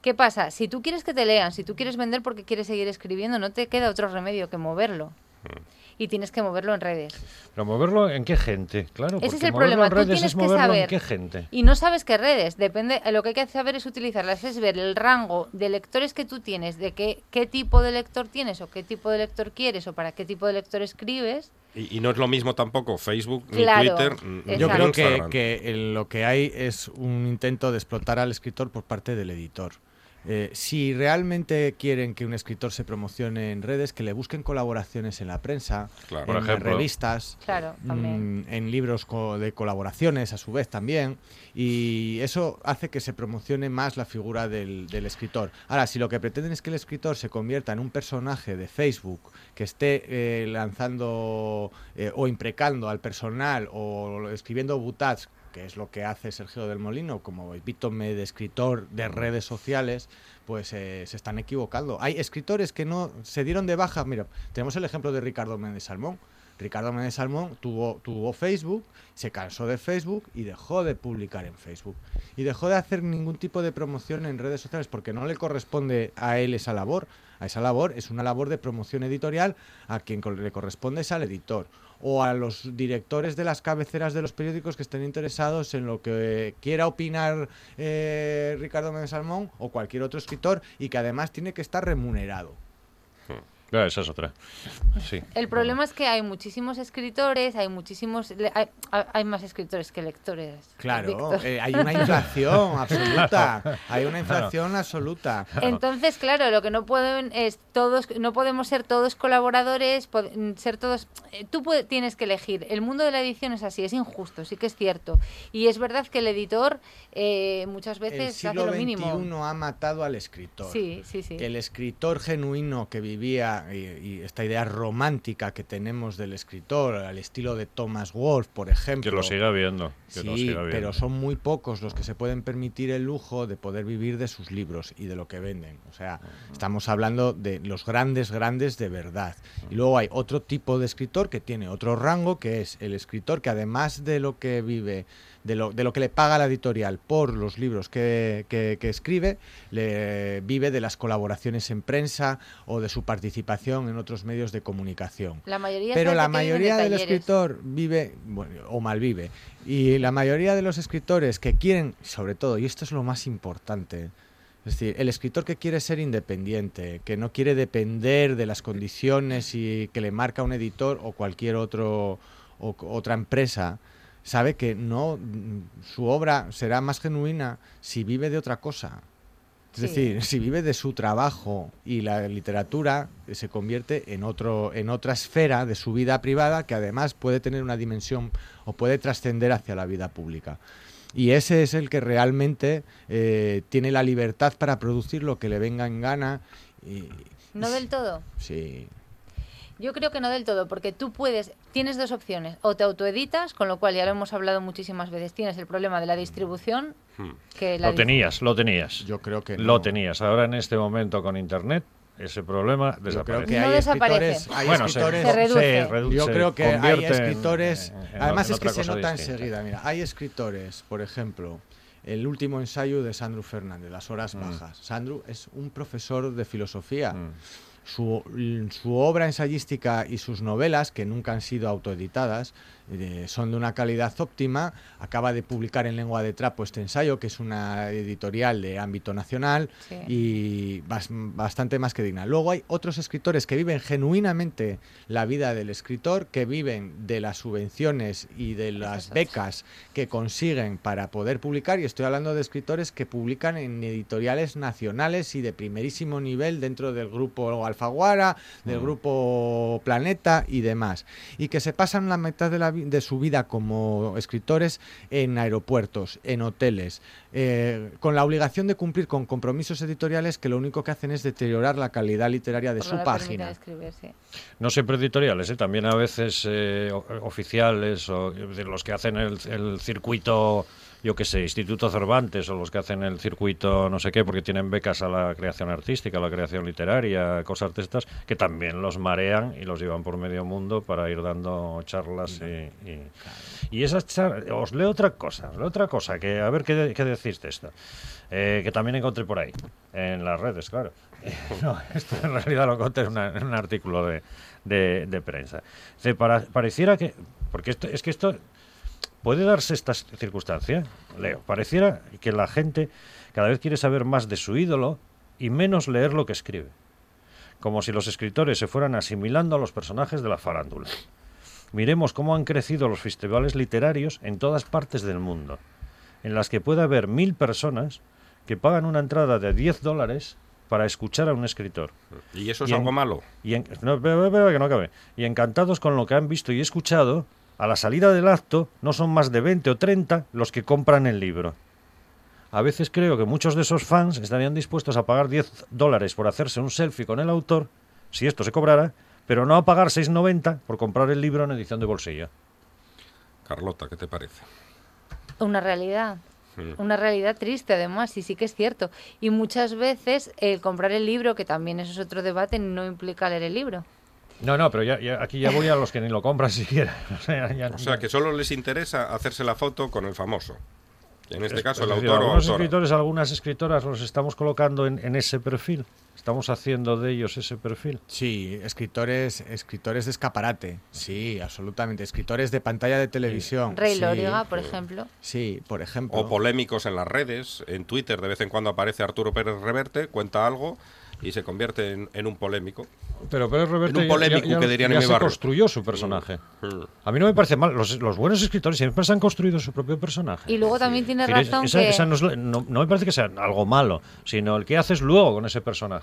Speaker 9: ¿Qué pasa? Si tú quieres que te lean, si tú quieres vender porque quieres seguir escribiendo, no te queda otro remedio que moverlo. Y tienes que moverlo en redes.
Speaker 6: Pero moverlo en qué gente, claro.
Speaker 9: Ese
Speaker 6: porque
Speaker 9: es el
Speaker 6: moverlo
Speaker 9: problema.
Speaker 6: en
Speaker 9: Tú
Speaker 6: redes
Speaker 9: tienes
Speaker 6: es
Speaker 9: que
Speaker 6: moverlo
Speaker 9: saber.
Speaker 6: en qué gente.
Speaker 9: Y no sabes qué redes. Depende. Lo que hay que saber es utilizarlas, es ver el rango de lectores que tú tienes, de qué, qué tipo de lector tienes o qué tipo de lector quieres o para qué tipo de lector escribes.
Speaker 3: Y, y no es lo mismo tampoco Facebook, ni
Speaker 9: Claro,
Speaker 3: Twitter, ni
Speaker 5: Yo creo
Speaker 9: Exacto.
Speaker 5: que,
Speaker 3: Instagram.
Speaker 5: que el- lo que hay es un intento de explotar al escritor por parte del editor. Eh, si realmente quieren que un escritor se promocione en redes, que le busquen colaboraciones en la prensa,
Speaker 3: Claro.
Speaker 5: en
Speaker 3: Por ejemplo.
Speaker 5: revistas,
Speaker 9: Claro, también.
Speaker 5: mm, en libros co- de colaboraciones a su vez también. Y eso hace que se promocione más la figura del, del escritor. Ahora, si lo que pretenden es que el escritor se convierta en un personaje de Facebook que esté eh, lanzando eh, o imprecando al personal o escribiendo butats, que es lo que hace Sergio del Molino como epítome de escritor de redes sociales, pues eh, se están equivocando. Hay escritores que no se dieron de baja. Mira, tenemos el ejemplo de Ricardo Méndez Salmón. Ricardo Méndez Salmón tuvo, tuvo Facebook, se cansó de Facebook y dejó de publicar en Facebook. Y dejó de hacer ningún tipo de promoción en redes sociales porque no le corresponde a él esa labor. A esa labor es una labor de promoción editorial a quien co- le corresponde es al editor o a los directores de las cabeceras de los periódicos que estén interesados en lo que quiera opinar eh, Ricardo Méndez Salmón o cualquier otro escritor y que además tiene que estar remunerado.
Speaker 6: Claro, esa es otra. Sí.
Speaker 9: El problema es que hay muchísimos escritores, hay muchísimos. le- Hay, hay- hay más escritores que lectores.
Speaker 5: Claro,
Speaker 9: Víctor.
Speaker 5: eh, hay una inflación absoluta. Hay una inflación absoluta.
Speaker 9: Entonces, claro, lo que no pueden es todos, no podemos ser todos colaboradores, pod- ser todos. eh, Tú pue- tienes que elegir. El mundo de la edición es así, es injusto, sí que es cierto. Y es verdad que el editor eh, muchas
Speaker 5: El
Speaker 9: veces hace
Speaker 5: siglo
Speaker 9: lo mínimo.
Speaker 5: XXI ha matado al escritor.
Speaker 9: Sí, sí, sí.
Speaker 5: que el escritor genuino que vivía y, y esta idea romántica que tenemos del escritor, al estilo de Thomas Wolfe, por ejemplo.
Speaker 6: Que lo siga viendo. Que lo
Speaker 5: Sí,
Speaker 6: siga viendo.
Speaker 5: pero son muy pocos los que se pueden permitir el lujo de poder vivir de sus libros y de lo que venden. O sea, estamos hablando de los grandes, grandes de verdad. Y luego hay otro tipo de escritor que tiene otro rango, que es el escritor que además de lo que vive, de lo, de lo que le paga la editorial por los libros que, que- que escribe, le vive de las colaboraciones en prensa o de su participación en otros medios de comunicación.
Speaker 9: La mayoría
Speaker 5: Pero
Speaker 9: sabe
Speaker 5: la
Speaker 9: que viven de
Speaker 5: mayoría del
Speaker 9: talleres.
Speaker 5: escritor vive bueno, o malvive. Y la mayoría de los escritores que quieren, sobre todo, y esto es lo más importante, es decir, el escritor que quiere ser independiente, que no quiere depender de las condiciones y que le marca un editor o cualquier otro o c- otra empresa, sabe que no mm, su obra será más genuina si vive de otra cosa. Es
Speaker 9: Sí.
Speaker 5: decir, si vive de su trabajo y la literatura eh, se convierte en otro en otra esfera de su vida privada que además puede tener una dimensión o puede trascender hacia la vida pública. Y ese es el que realmente eh, tiene la libertad para producir lo que le venga en gana. Y,
Speaker 9: No del todo.
Speaker 5: Sí.
Speaker 9: Yo creo que no del todo, porque tú puedes, tienes dos opciones, o te autoeditas, con lo cual ya lo hemos hablado muchísimas veces, tienes el problema de la distribución,
Speaker 3: Hmm.
Speaker 9: que la
Speaker 6: Lo tenías, lo tenías.
Speaker 5: Yo creo que
Speaker 6: Lo
Speaker 5: no.
Speaker 6: tenías. Ahora en este momento con Internet, ese problema
Speaker 5: Yo creo
Speaker 6: desaparece.
Speaker 5: que
Speaker 9: No
Speaker 5: hay
Speaker 9: desaparece.
Speaker 5: escritores, hay
Speaker 6: Bueno, se-
Speaker 5: escritores
Speaker 9: Se reduce.
Speaker 6: redu-
Speaker 5: Yo
Speaker 6: se
Speaker 5: creo que hay
Speaker 6: convierte en-
Speaker 5: escritores.
Speaker 6: en- en
Speaker 5: además,
Speaker 6: otra
Speaker 5: es que se
Speaker 6: cosa
Speaker 5: nota
Speaker 6: distinta.
Speaker 5: enseguida. Mira, hay escritores, por ejemplo, el último ensayo de Sandro Fernández, Las Horas Bajas. Sandro es un profesor de filosofía.
Speaker 6: Mm.
Speaker 5: Su, l- su obra ensayística y sus novelas, que nunca han sido autoeditadas, eh, son de una calidad óptima. Acaba de publicar en Lengua de Trapo este ensayo, que es una editorial de ámbito nacional
Speaker 9: Sí.
Speaker 5: y bas- bastante más que digna. Luego hay otros escritores que viven genuinamente la vida del escritor, que viven de las subvenciones y de las becas que consiguen para poder publicar. Y estoy hablando de escritores que publican en editoriales nacionales y de primerísimo nivel dentro del grupo Alfaguara, del grupo Planeta y demás. Y que se pasan la mitad de, la vi- de su vida como escritores en aeropuertos, en hoteles, eh, con la obligación de cumplir con compromisos editoriales que lo único que hacen es deteriorar la calidad literaria de
Speaker 9: por
Speaker 5: su
Speaker 9: la permite
Speaker 5: página.
Speaker 9: escribir, sí.
Speaker 6: No siempre editoriales, ¿eh? también a veces eh, o- oficiales, o es decir, los que hacen el, el circuito, yo qué sé, Instituto Cervantes, o los que hacen el circuito no sé qué, porque tienen becas a la creación artística, a la creación literaria, cosas de estas, que también los marean y los llevan por medio mundo para ir dando charlas. y, y- y esas charlas, os leo otra cosa, os leo otra cosa, que a ver qué, de- qué decís de esta, eh, que también encontré por ahí, en las redes, claro. No, esto en realidad lo conté en, una- en un artículo de, de- de prensa. Dice, para- pareciera que. Porque esto, es que esto. Puede darse esta s- circunstancia, Leo. Pareciera que la gente cada vez quiere saber más de su ídolo y menos leer lo que escribe. Como si los escritores se fueran asimilando a los personajes de la farándula. Miremos cómo han crecido los festivales literarios en todas partes del mundo, en las que puede haber mil personas que pagan una entrada de 10 dólares para escuchar a un escritor.
Speaker 3: ¿Y eso es
Speaker 6: Y en-
Speaker 3: algo malo?
Speaker 6: Y, en- no, espera, espera, espera, que no acabe. y encantados con lo que han visto y escuchado, a la salida del acto no son más de 20 o 30 los que compran el libro. A veces creo que muchos de esos fans estarían dispuestos a pagar 10 dólares por hacerse un selfie con el autor, si esto se cobrara, pero no a pagar 6,90 por comprar el libro en edición de bolsillo.
Speaker 3: Carlota, ¿qué te parece?
Speaker 9: Una realidad.
Speaker 3: Mm.
Speaker 9: Una realidad triste, además, y sí que es cierto. Y muchas veces el comprar el libro, que también eso es otro debate, no implica leer el libro.
Speaker 6: No, no, pero ya, ya- aquí ya voy a los que ni lo compran siquiera. O sea, ya-
Speaker 3: O sea, que solo les interesa hacerse la foto con el famoso. En este
Speaker 6: Es-
Speaker 3: caso,
Speaker 6: es
Speaker 3: el
Speaker 6: decir,
Speaker 3: autor o
Speaker 6: algunos
Speaker 3: autora.
Speaker 6: escritores, algunas escritoras los estamos colocando en, en ese perfil. Estamos haciendo de ellos ese perfil.
Speaker 5: Sí, escritores, escritores de escaparate. Sí, absolutamente. Escritores de pantalla de televisión.
Speaker 9: Rey
Speaker 5: sí,
Speaker 9: Loriga, por ejemplo.
Speaker 5: Sí, por ejemplo.
Speaker 3: O polémicos en las redes. En Twitter, de vez en cuando aparece Arturo Pérez Reverte, cuenta algo y se convierte en, en un polémico.
Speaker 6: Pero Pérez
Speaker 3: En
Speaker 6: Reverte
Speaker 3: un
Speaker 6: ya-
Speaker 3: polémico
Speaker 6: ya- ya-
Speaker 3: que dirían en
Speaker 6: ya
Speaker 3: mi
Speaker 6: se
Speaker 3: barrio.
Speaker 6: construyó su personaje.
Speaker 3: Mm.
Speaker 6: A mí no me parece mal. Los, los buenos escritores siempre se han construido su propio personaje.
Speaker 9: Y luego también tienes
Speaker 6: Es decir,
Speaker 9: razón
Speaker 6: esa-
Speaker 9: que...
Speaker 6: esa no, es la- no- no me parece que sea algo malo, sino el que haces luego con ese personaje.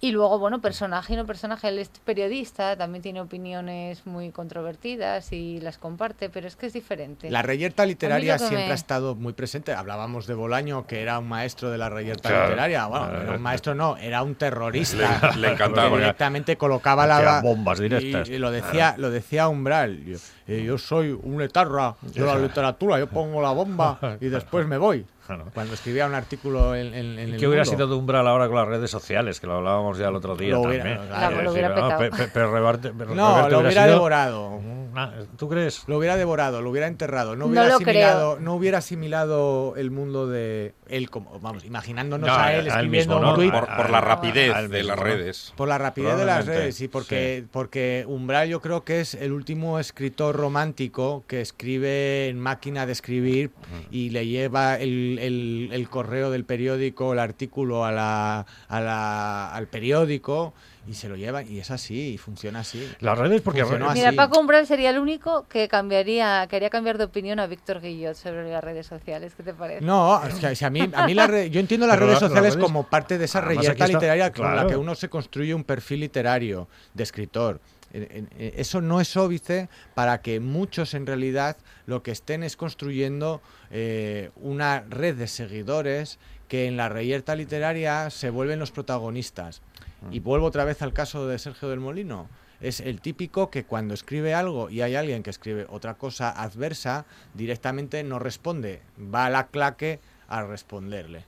Speaker 9: Y luego, bueno, personaje y no personaje. Él es periodista, también tiene opiniones muy controvertidas y las comparte, pero es que es diferente.
Speaker 5: La reyerta literaria
Speaker 9: A mí lo que
Speaker 5: siempre
Speaker 9: me-
Speaker 5: ha estado muy presente. Hablábamos de Bolaño, que era un maestro de la reyerta
Speaker 6: Claro. Ah, eh,
Speaker 5: literaria. Bueno, era un maestro no, era un terrorista.
Speaker 3: Le- le encantaba,
Speaker 5: Porque
Speaker 3: ya.
Speaker 5: Directamente colocaba la...
Speaker 6: Hacía bombas directas.
Speaker 5: Y, y lo, decía, lo decía Umbral. Yo, eh, yo soy un etarra de la literatura, yo pongo la bomba y después me voy.
Speaker 6: Claro.
Speaker 5: Cuando escribía un artículo en, en- en el
Speaker 6: Que hubiera
Speaker 5: Mundo.
Speaker 6: sido de umbral ahora con las redes sociales, que lo hablábamos ya el otro día
Speaker 5: Lo hubiera-
Speaker 6: también.
Speaker 5: claro.
Speaker 6: Es
Speaker 9: Lo hubiera
Speaker 6: no,
Speaker 9: petado.
Speaker 6: Pe- Pe- Pérez Reverte- Reverte
Speaker 5: No, lo hubiera
Speaker 6: sido-
Speaker 5: devorado.
Speaker 6: Ah, ¿Tú crees?
Speaker 5: Lo hubiera devorado, lo hubiera enterrado, no
Speaker 9: No
Speaker 5: hubiera
Speaker 9: lo
Speaker 5: asimilado, no hubiera asimilado el mundo de él como vamos, imaginándonos
Speaker 6: No,
Speaker 5: a él
Speaker 6: a él
Speaker 5: escribiendo
Speaker 6: mismo, ¿no?
Speaker 5: un tweet
Speaker 3: Por, por la
Speaker 6: Al-
Speaker 3: rapidez
Speaker 6: al
Speaker 3: de
Speaker 6: mismo,
Speaker 3: las
Speaker 6: ¿no?
Speaker 3: redes.
Speaker 5: por la rapidez de las
Speaker 6: Probablemente,
Speaker 5: redes y porque porque Umbral yo creo que es el último escritor romántico que escribe en máquina de escribir y le lleva el, el- el correo del periódico, el artículo a la, a la- al periódico y se lo lleva y es así y funciona así.
Speaker 6: Las redes porque...
Speaker 5: Funcionó así.
Speaker 9: Mira, Paco Umbral sería el único que cambiaría, quería cambiar de opinión a Víctor Guillot sobre las redes sociales. ¿Qué te parece?
Speaker 5: No, es que si a mí, a mí la re- yo entiendo las
Speaker 6: Pero
Speaker 5: redes
Speaker 6: la- las
Speaker 5: sociales
Speaker 6: redes-
Speaker 5: como parte de esa
Speaker 6: Además, aquí
Speaker 5: reyerta
Speaker 6: está-
Speaker 5: literaria con la
Speaker 6: claro.
Speaker 5: que uno se construye un perfil literario de escritor. En- en- en- Eso no es óbice para que muchos en realidad lo que estén es construyendo eh, una red de seguidores que en la reyerta literaria se vuelven los protagonistas. Y vuelvo otra vez al caso de Sergio del Molino. Es el típico que cuando escribe algo y hay alguien que escribe otra cosa adversa, directamente no responde, va a la claque a responderle.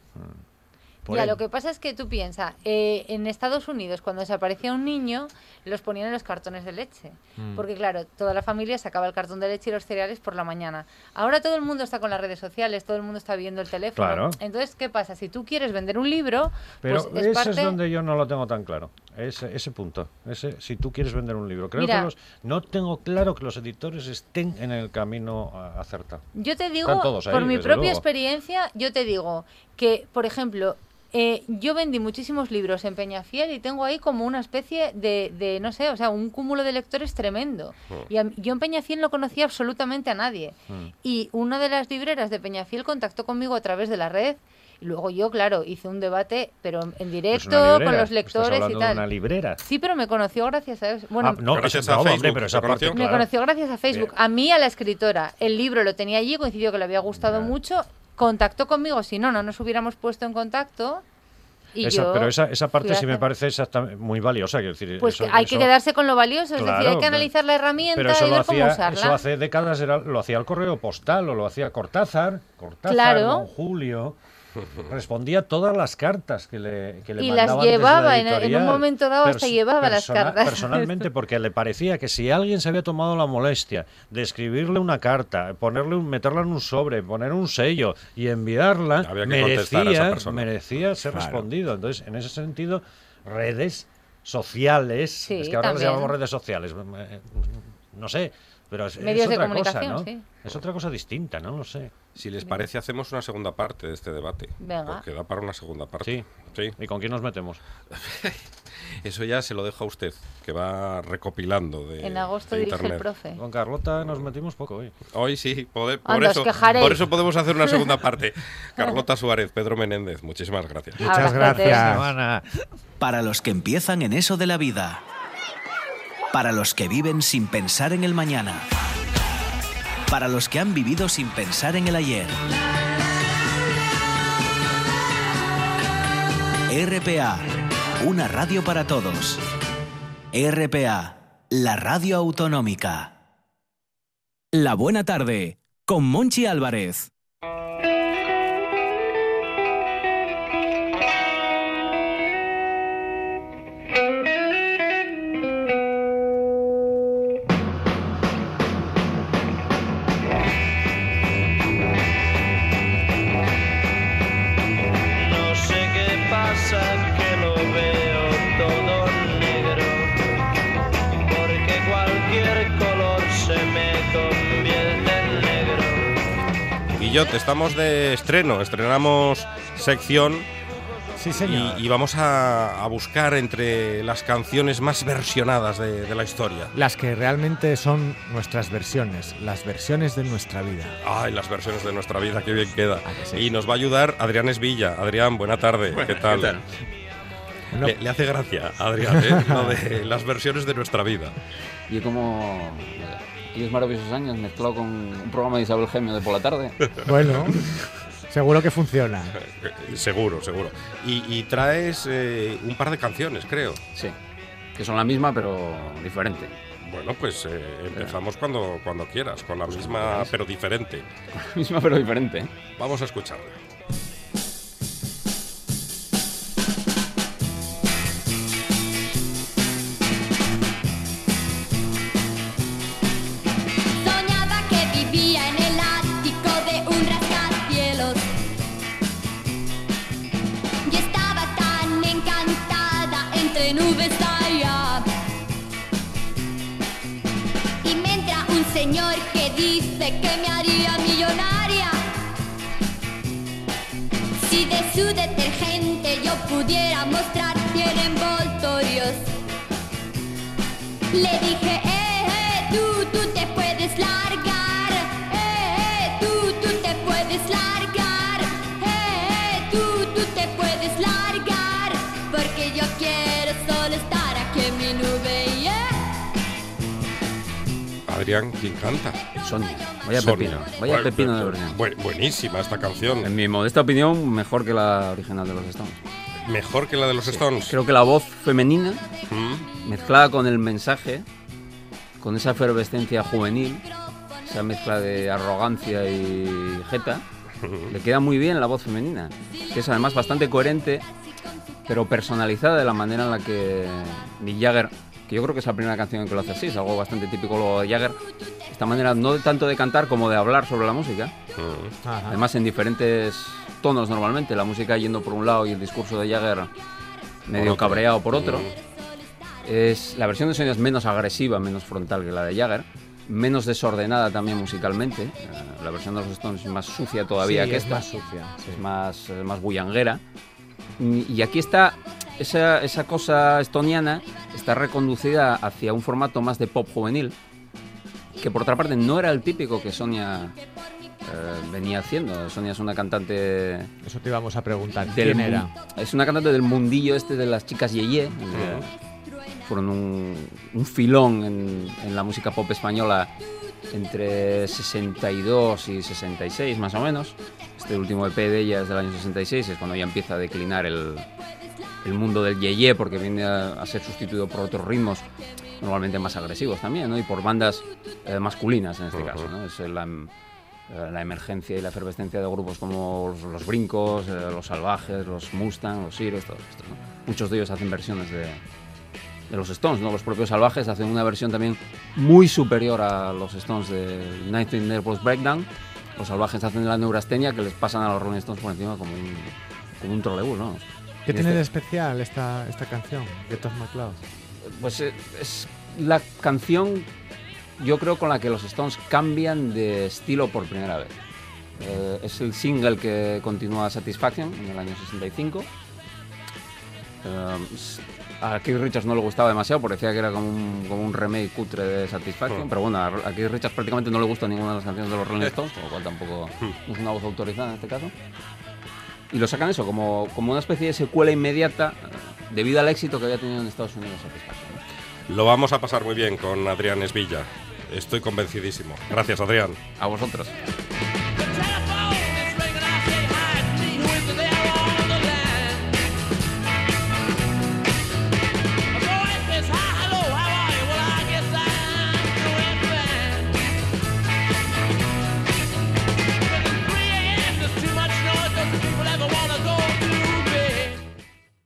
Speaker 5: Por
Speaker 9: Ya,
Speaker 5: él.
Speaker 9: lo que pasa es que tú piensas, eh, en Estados Unidos cuando desaparecía un niño, los ponían en los cartones de leche.
Speaker 6: Mm.
Speaker 9: Porque claro, toda la familia sacaba el cartón de leche y los cereales por la mañana. Ahora todo el mundo está con las redes sociales, todo el mundo está viendo el teléfono.
Speaker 6: Claro.
Speaker 9: Entonces, ¿qué pasa? Si tú quieres vender un libro,
Speaker 6: Pero
Speaker 9: pues
Speaker 6: ese
Speaker 9: es parte...
Speaker 6: es donde yo no lo tengo tan claro. Ese, ese punto. Ese, si tú quieres vender un libro. Creo
Speaker 9: Mira.
Speaker 6: que los, no tengo claro que los editores estén en el camino a- acertado.
Speaker 9: Yo te digo,
Speaker 6: Están todos ahí,
Speaker 9: por mi
Speaker 6: desde
Speaker 9: propia
Speaker 6: luego.
Speaker 9: experiencia, yo te digo que, por ejemplo, eh, yo vendí muchísimos libros en Peñafiel y tengo ahí como una especie de, de, no sé, o sea, un cúmulo de lectores tremendo.
Speaker 6: Mm.
Speaker 9: Y a- yo en Peñafiel no conocía absolutamente a nadie. Y una de las libreras de Peñafiel contactó conmigo a través de la red. Y luego yo, claro, hice un debate, pero en- en
Speaker 6: Es
Speaker 9: directo,
Speaker 6: una
Speaker 9: con
Speaker 6: librera.
Speaker 9: los
Speaker 6: Estás
Speaker 9: lectores y
Speaker 6: hablando de
Speaker 9: tal.
Speaker 6: una librera.
Speaker 9: Sí, pero me conoció gracias a eso. Bueno,
Speaker 6: Ah, no,
Speaker 3: Gracias
Speaker 6: esa-
Speaker 3: a
Speaker 6: no, hombre,
Speaker 3: Facebook, ¿te
Speaker 6: pero esa parte...
Speaker 3: conoció?
Speaker 9: me
Speaker 6: claro.
Speaker 9: conoció gracias a Facebook. A mí, a la escritora. El libro lo tenía allí, coincidió que le había gustado
Speaker 6: Ya.
Speaker 9: mucho. Contactó conmigo, si no, no nos hubiéramos puesto en contacto. Y
Speaker 6: Esa-
Speaker 9: yo
Speaker 6: pero esa, esa
Speaker 9: fui
Speaker 6: parte
Speaker 9: a
Speaker 6: sí me
Speaker 9: hacer-
Speaker 6: parece exactamente muy valiosa. quiero decir,
Speaker 9: Pues
Speaker 6: eso-
Speaker 9: que hay que
Speaker 6: eso-
Speaker 9: quedarse con lo valioso, es decir,
Speaker 6: Claro,
Speaker 9: hay que
Speaker 6: pero-
Speaker 9: analizar la herramienta
Speaker 6: Pero eso
Speaker 9: y
Speaker 6: lo
Speaker 9: ver cómo
Speaker 6: hacía,
Speaker 9: usarla.
Speaker 6: eso hace décadas era, lo hacía el correo postal o lo hacía Cortázar, Cortázar,
Speaker 9: Claro.
Speaker 6: Don Julio. Respondía a todas las cartas que le, que le
Speaker 9: Y las
Speaker 6: mandaba antes
Speaker 9: llevaba,
Speaker 6: la
Speaker 9: en- en un
Speaker 6: editorial.
Speaker 9: momento dado hasta llevaba las cartas.
Speaker 6: Personalmente, porque le parecía que si alguien se había tomado la molestia de escribirle una carta, ponerle un- meterla en un sobre, poner un sello y enviarla,
Speaker 3: Había que contestar a esa
Speaker 6: merecía,
Speaker 3: persona.
Speaker 6: merecía ser
Speaker 5: Claro.
Speaker 6: respondido. Entonces, en ese sentido, redes sociales,
Speaker 9: Sí,
Speaker 6: es que ahora las
Speaker 9: también.
Speaker 6: llamamos redes sociales, eh, no sé, pero es,
Speaker 9: Medios
Speaker 6: es
Speaker 9: de
Speaker 6: otra
Speaker 9: comunicación,
Speaker 6: cosa, ¿no?
Speaker 9: sí.
Speaker 6: Es otra cosa distinta, ¿no? No sé.
Speaker 3: Si les parece, hacemos una segunda parte de este debate.
Speaker 9: Venga.
Speaker 3: Porque da para una segunda parte. Sí.
Speaker 6: ¿Y con quién nos metemos?
Speaker 3: Eso ya se lo dejo a usted, que va recopilando de
Speaker 9: en agosto
Speaker 3: de
Speaker 9: dirige el
Speaker 3: internet.
Speaker 9: profe.
Speaker 6: Con Carlota nos metimos poco hoy.
Speaker 3: Hoy sí, pode-
Speaker 9: Ah,
Speaker 3: por,
Speaker 9: nos
Speaker 3: eso,
Speaker 9: quejaréis.
Speaker 3: por eso podemos hacer una segunda parte. Carlota Suárez, Pedro Menéndez, muchísimas gracias.
Speaker 5: Muchas
Speaker 9: Abrazotes.
Speaker 5: gracias.
Speaker 6: Semana.
Speaker 1: Para los que empiezan en eso de la vida. Para los que viven sin pensar en el mañana. Para los que han vivido sin pensar en el ayer. RPA, una radio para todos. RPA, la radio autonómica. La buena tarde, con Monchi Álvarez.
Speaker 7: No sé qué pasa, que lo veo todo negro, porque cualquier color se me convierte en negro.
Speaker 3: Guillot, estamos de estreno, estrenamos sección
Speaker 5: Sí, señor.
Speaker 3: Y, y vamos a, a buscar entre las canciones más versionadas de, de la historia.
Speaker 5: Las que realmente son nuestras versiones, las versiones de nuestra vida.
Speaker 3: Ay, las versiones de nuestra vida, qué bien queda.
Speaker 5: Ah, que sí.
Speaker 3: Y nos va a ayudar Adrián Esvilla. Adrián, buena tarde. ¿Qué tal?
Speaker 5: Bueno,
Speaker 3: Le, le hace gracia, Adrián, ¿eh? lo de las versiones de nuestra vida.
Speaker 11: Y como aquellos maravillosos años mezclado con un programa de Isabel Gemio de por la tarde.
Speaker 5: bueno, seguro que funciona.
Speaker 3: Eh, Seguro, seguro. Y, y traes eh, un par de canciones, creo.
Speaker 11: Sí, que son la misma pero diferente.
Speaker 3: Bueno, pues eh, empezamos cuando, cuando quieras, con la misma, pero diferente.
Speaker 11: Misma pero diferente. ¿eh?
Speaker 3: Vamos a escucharla.
Speaker 12: Soñaba que vivía en el ático de un rascacielos Y estaba tan encantada entre nubes allá Y me entra un señor que dice que me haría millonaria Si de su detergente yo pudiera mostrar cien envoltorios le dije, eh, eh, tú, tú te puedes largar. Eh, eh, tú, tú te puedes largar. Eh, eh, tú, tú te puedes largar. Porque yo quiero solo estar aquí en mi nube. Yeah.
Speaker 3: Adrián, ¿quién canta?
Speaker 11: Sonia, vaya
Speaker 3: Sonia.
Speaker 11: pepino, vaya
Speaker 3: Buen-
Speaker 11: pepino de original.
Speaker 3: buen- buenísima esta
Speaker 11: En
Speaker 3: canción.
Speaker 11: mi modesta opinión, mejor que la original de los Stones.
Speaker 3: Mejor que la de los Stones.
Speaker 11: Creo que la voz femenina,
Speaker 3: Mm.
Speaker 11: mezclada con el mensaje, con esa efervescencia juvenil, esa mezcla de arrogancia y jeta, le queda muy bien la voz femenina, que es además bastante coherente, pero personalizada de la manera en la que Mick Jagger, que yo creo que es la primera canción en que lo hace así, es algo bastante típico luego de Jagger, esta manera no tanto de cantar como de hablar sobre la música,
Speaker 5: Ajá.
Speaker 11: además en diferentes tonos normalmente, la música yendo por un lado y el discurso de Jagger medio
Speaker 3: otro.
Speaker 11: cabreado por otro. Es, la versión de Sonia es menos agresiva, menos frontal que la de Jagger, menos desordenada también musicalmente. Eh, La versión de los Stones es más sucia todavía
Speaker 5: Sí,
Speaker 11: que
Speaker 5: es
Speaker 11: esta,
Speaker 5: más sucia. sí.
Speaker 11: es más, eh, más bullanguera. Y y aquí está esa, esa cosa estoniana, está reconducida hacia un formato más de pop juvenil, que por otra parte no era el típico que Sonia eh, venía haciendo. Sonia es una cantante
Speaker 5: Eso te íbamos a preguntar.
Speaker 11: del
Speaker 5: ¿Quién
Speaker 11: mu-
Speaker 5: era?
Speaker 11: Es una cantante del mundillo este de las chicas Yeye. Fueron un, un filón en, en la música pop española entre 62 y 66 más o menos. Este último EP de ella es del año 66, es cuando ya empieza a declinar el, el mundo del Yeye porque viene a, a ser sustituido por otros ritmos normalmente más agresivos también, ¿no? Y por bandas eh, masculinas en este caso, ¿no? Es la, em- eh, la emergencia y la efervescencia de grupos como los, los Brincos, eh, los Salvajes, los Mustang, los Sirius, todos estos, ¿no? Muchos de ellos hacen versiones de, de los Stones, ¿no? Los propios Salvajes hacen una versión también muy superior a los Stones de Nineteen Airports Breakdown. Los Salvajes hacen la neurastenia que les pasan a los Rolling Stones por encima como un, como un trolebús, ¿no?
Speaker 5: ¿Qué
Speaker 11: Y
Speaker 5: tiene
Speaker 11: este-
Speaker 5: de especial esta, esta canción? Get off my cloud.
Speaker 11: pues eh, es la canción, yo creo, con la que los Stones cambian de estilo por primera vez. Eh, es el single que continúa Satisfaction en el año 65. Eh, s- a Keith Richards no le gustaba demasiado porque decía que era como un, como un remake cutre de Satisfaction, pero bueno, a, a Keith Richards prácticamente no le gusta ninguna de las canciones de los Rolling Stones, con lo cual tampoco no es una voz autorizada en este caso. Y lo sacan eso, como, como una especie de secuela inmediata eh, debido al éxito que había tenido en Estados Unidos Satisfaction. ¿no?
Speaker 3: Lo vamos a pasar muy bien con Adrián Esvilla. Estoy convencidísimo. Gracias, Adrián.
Speaker 11: A vosotros.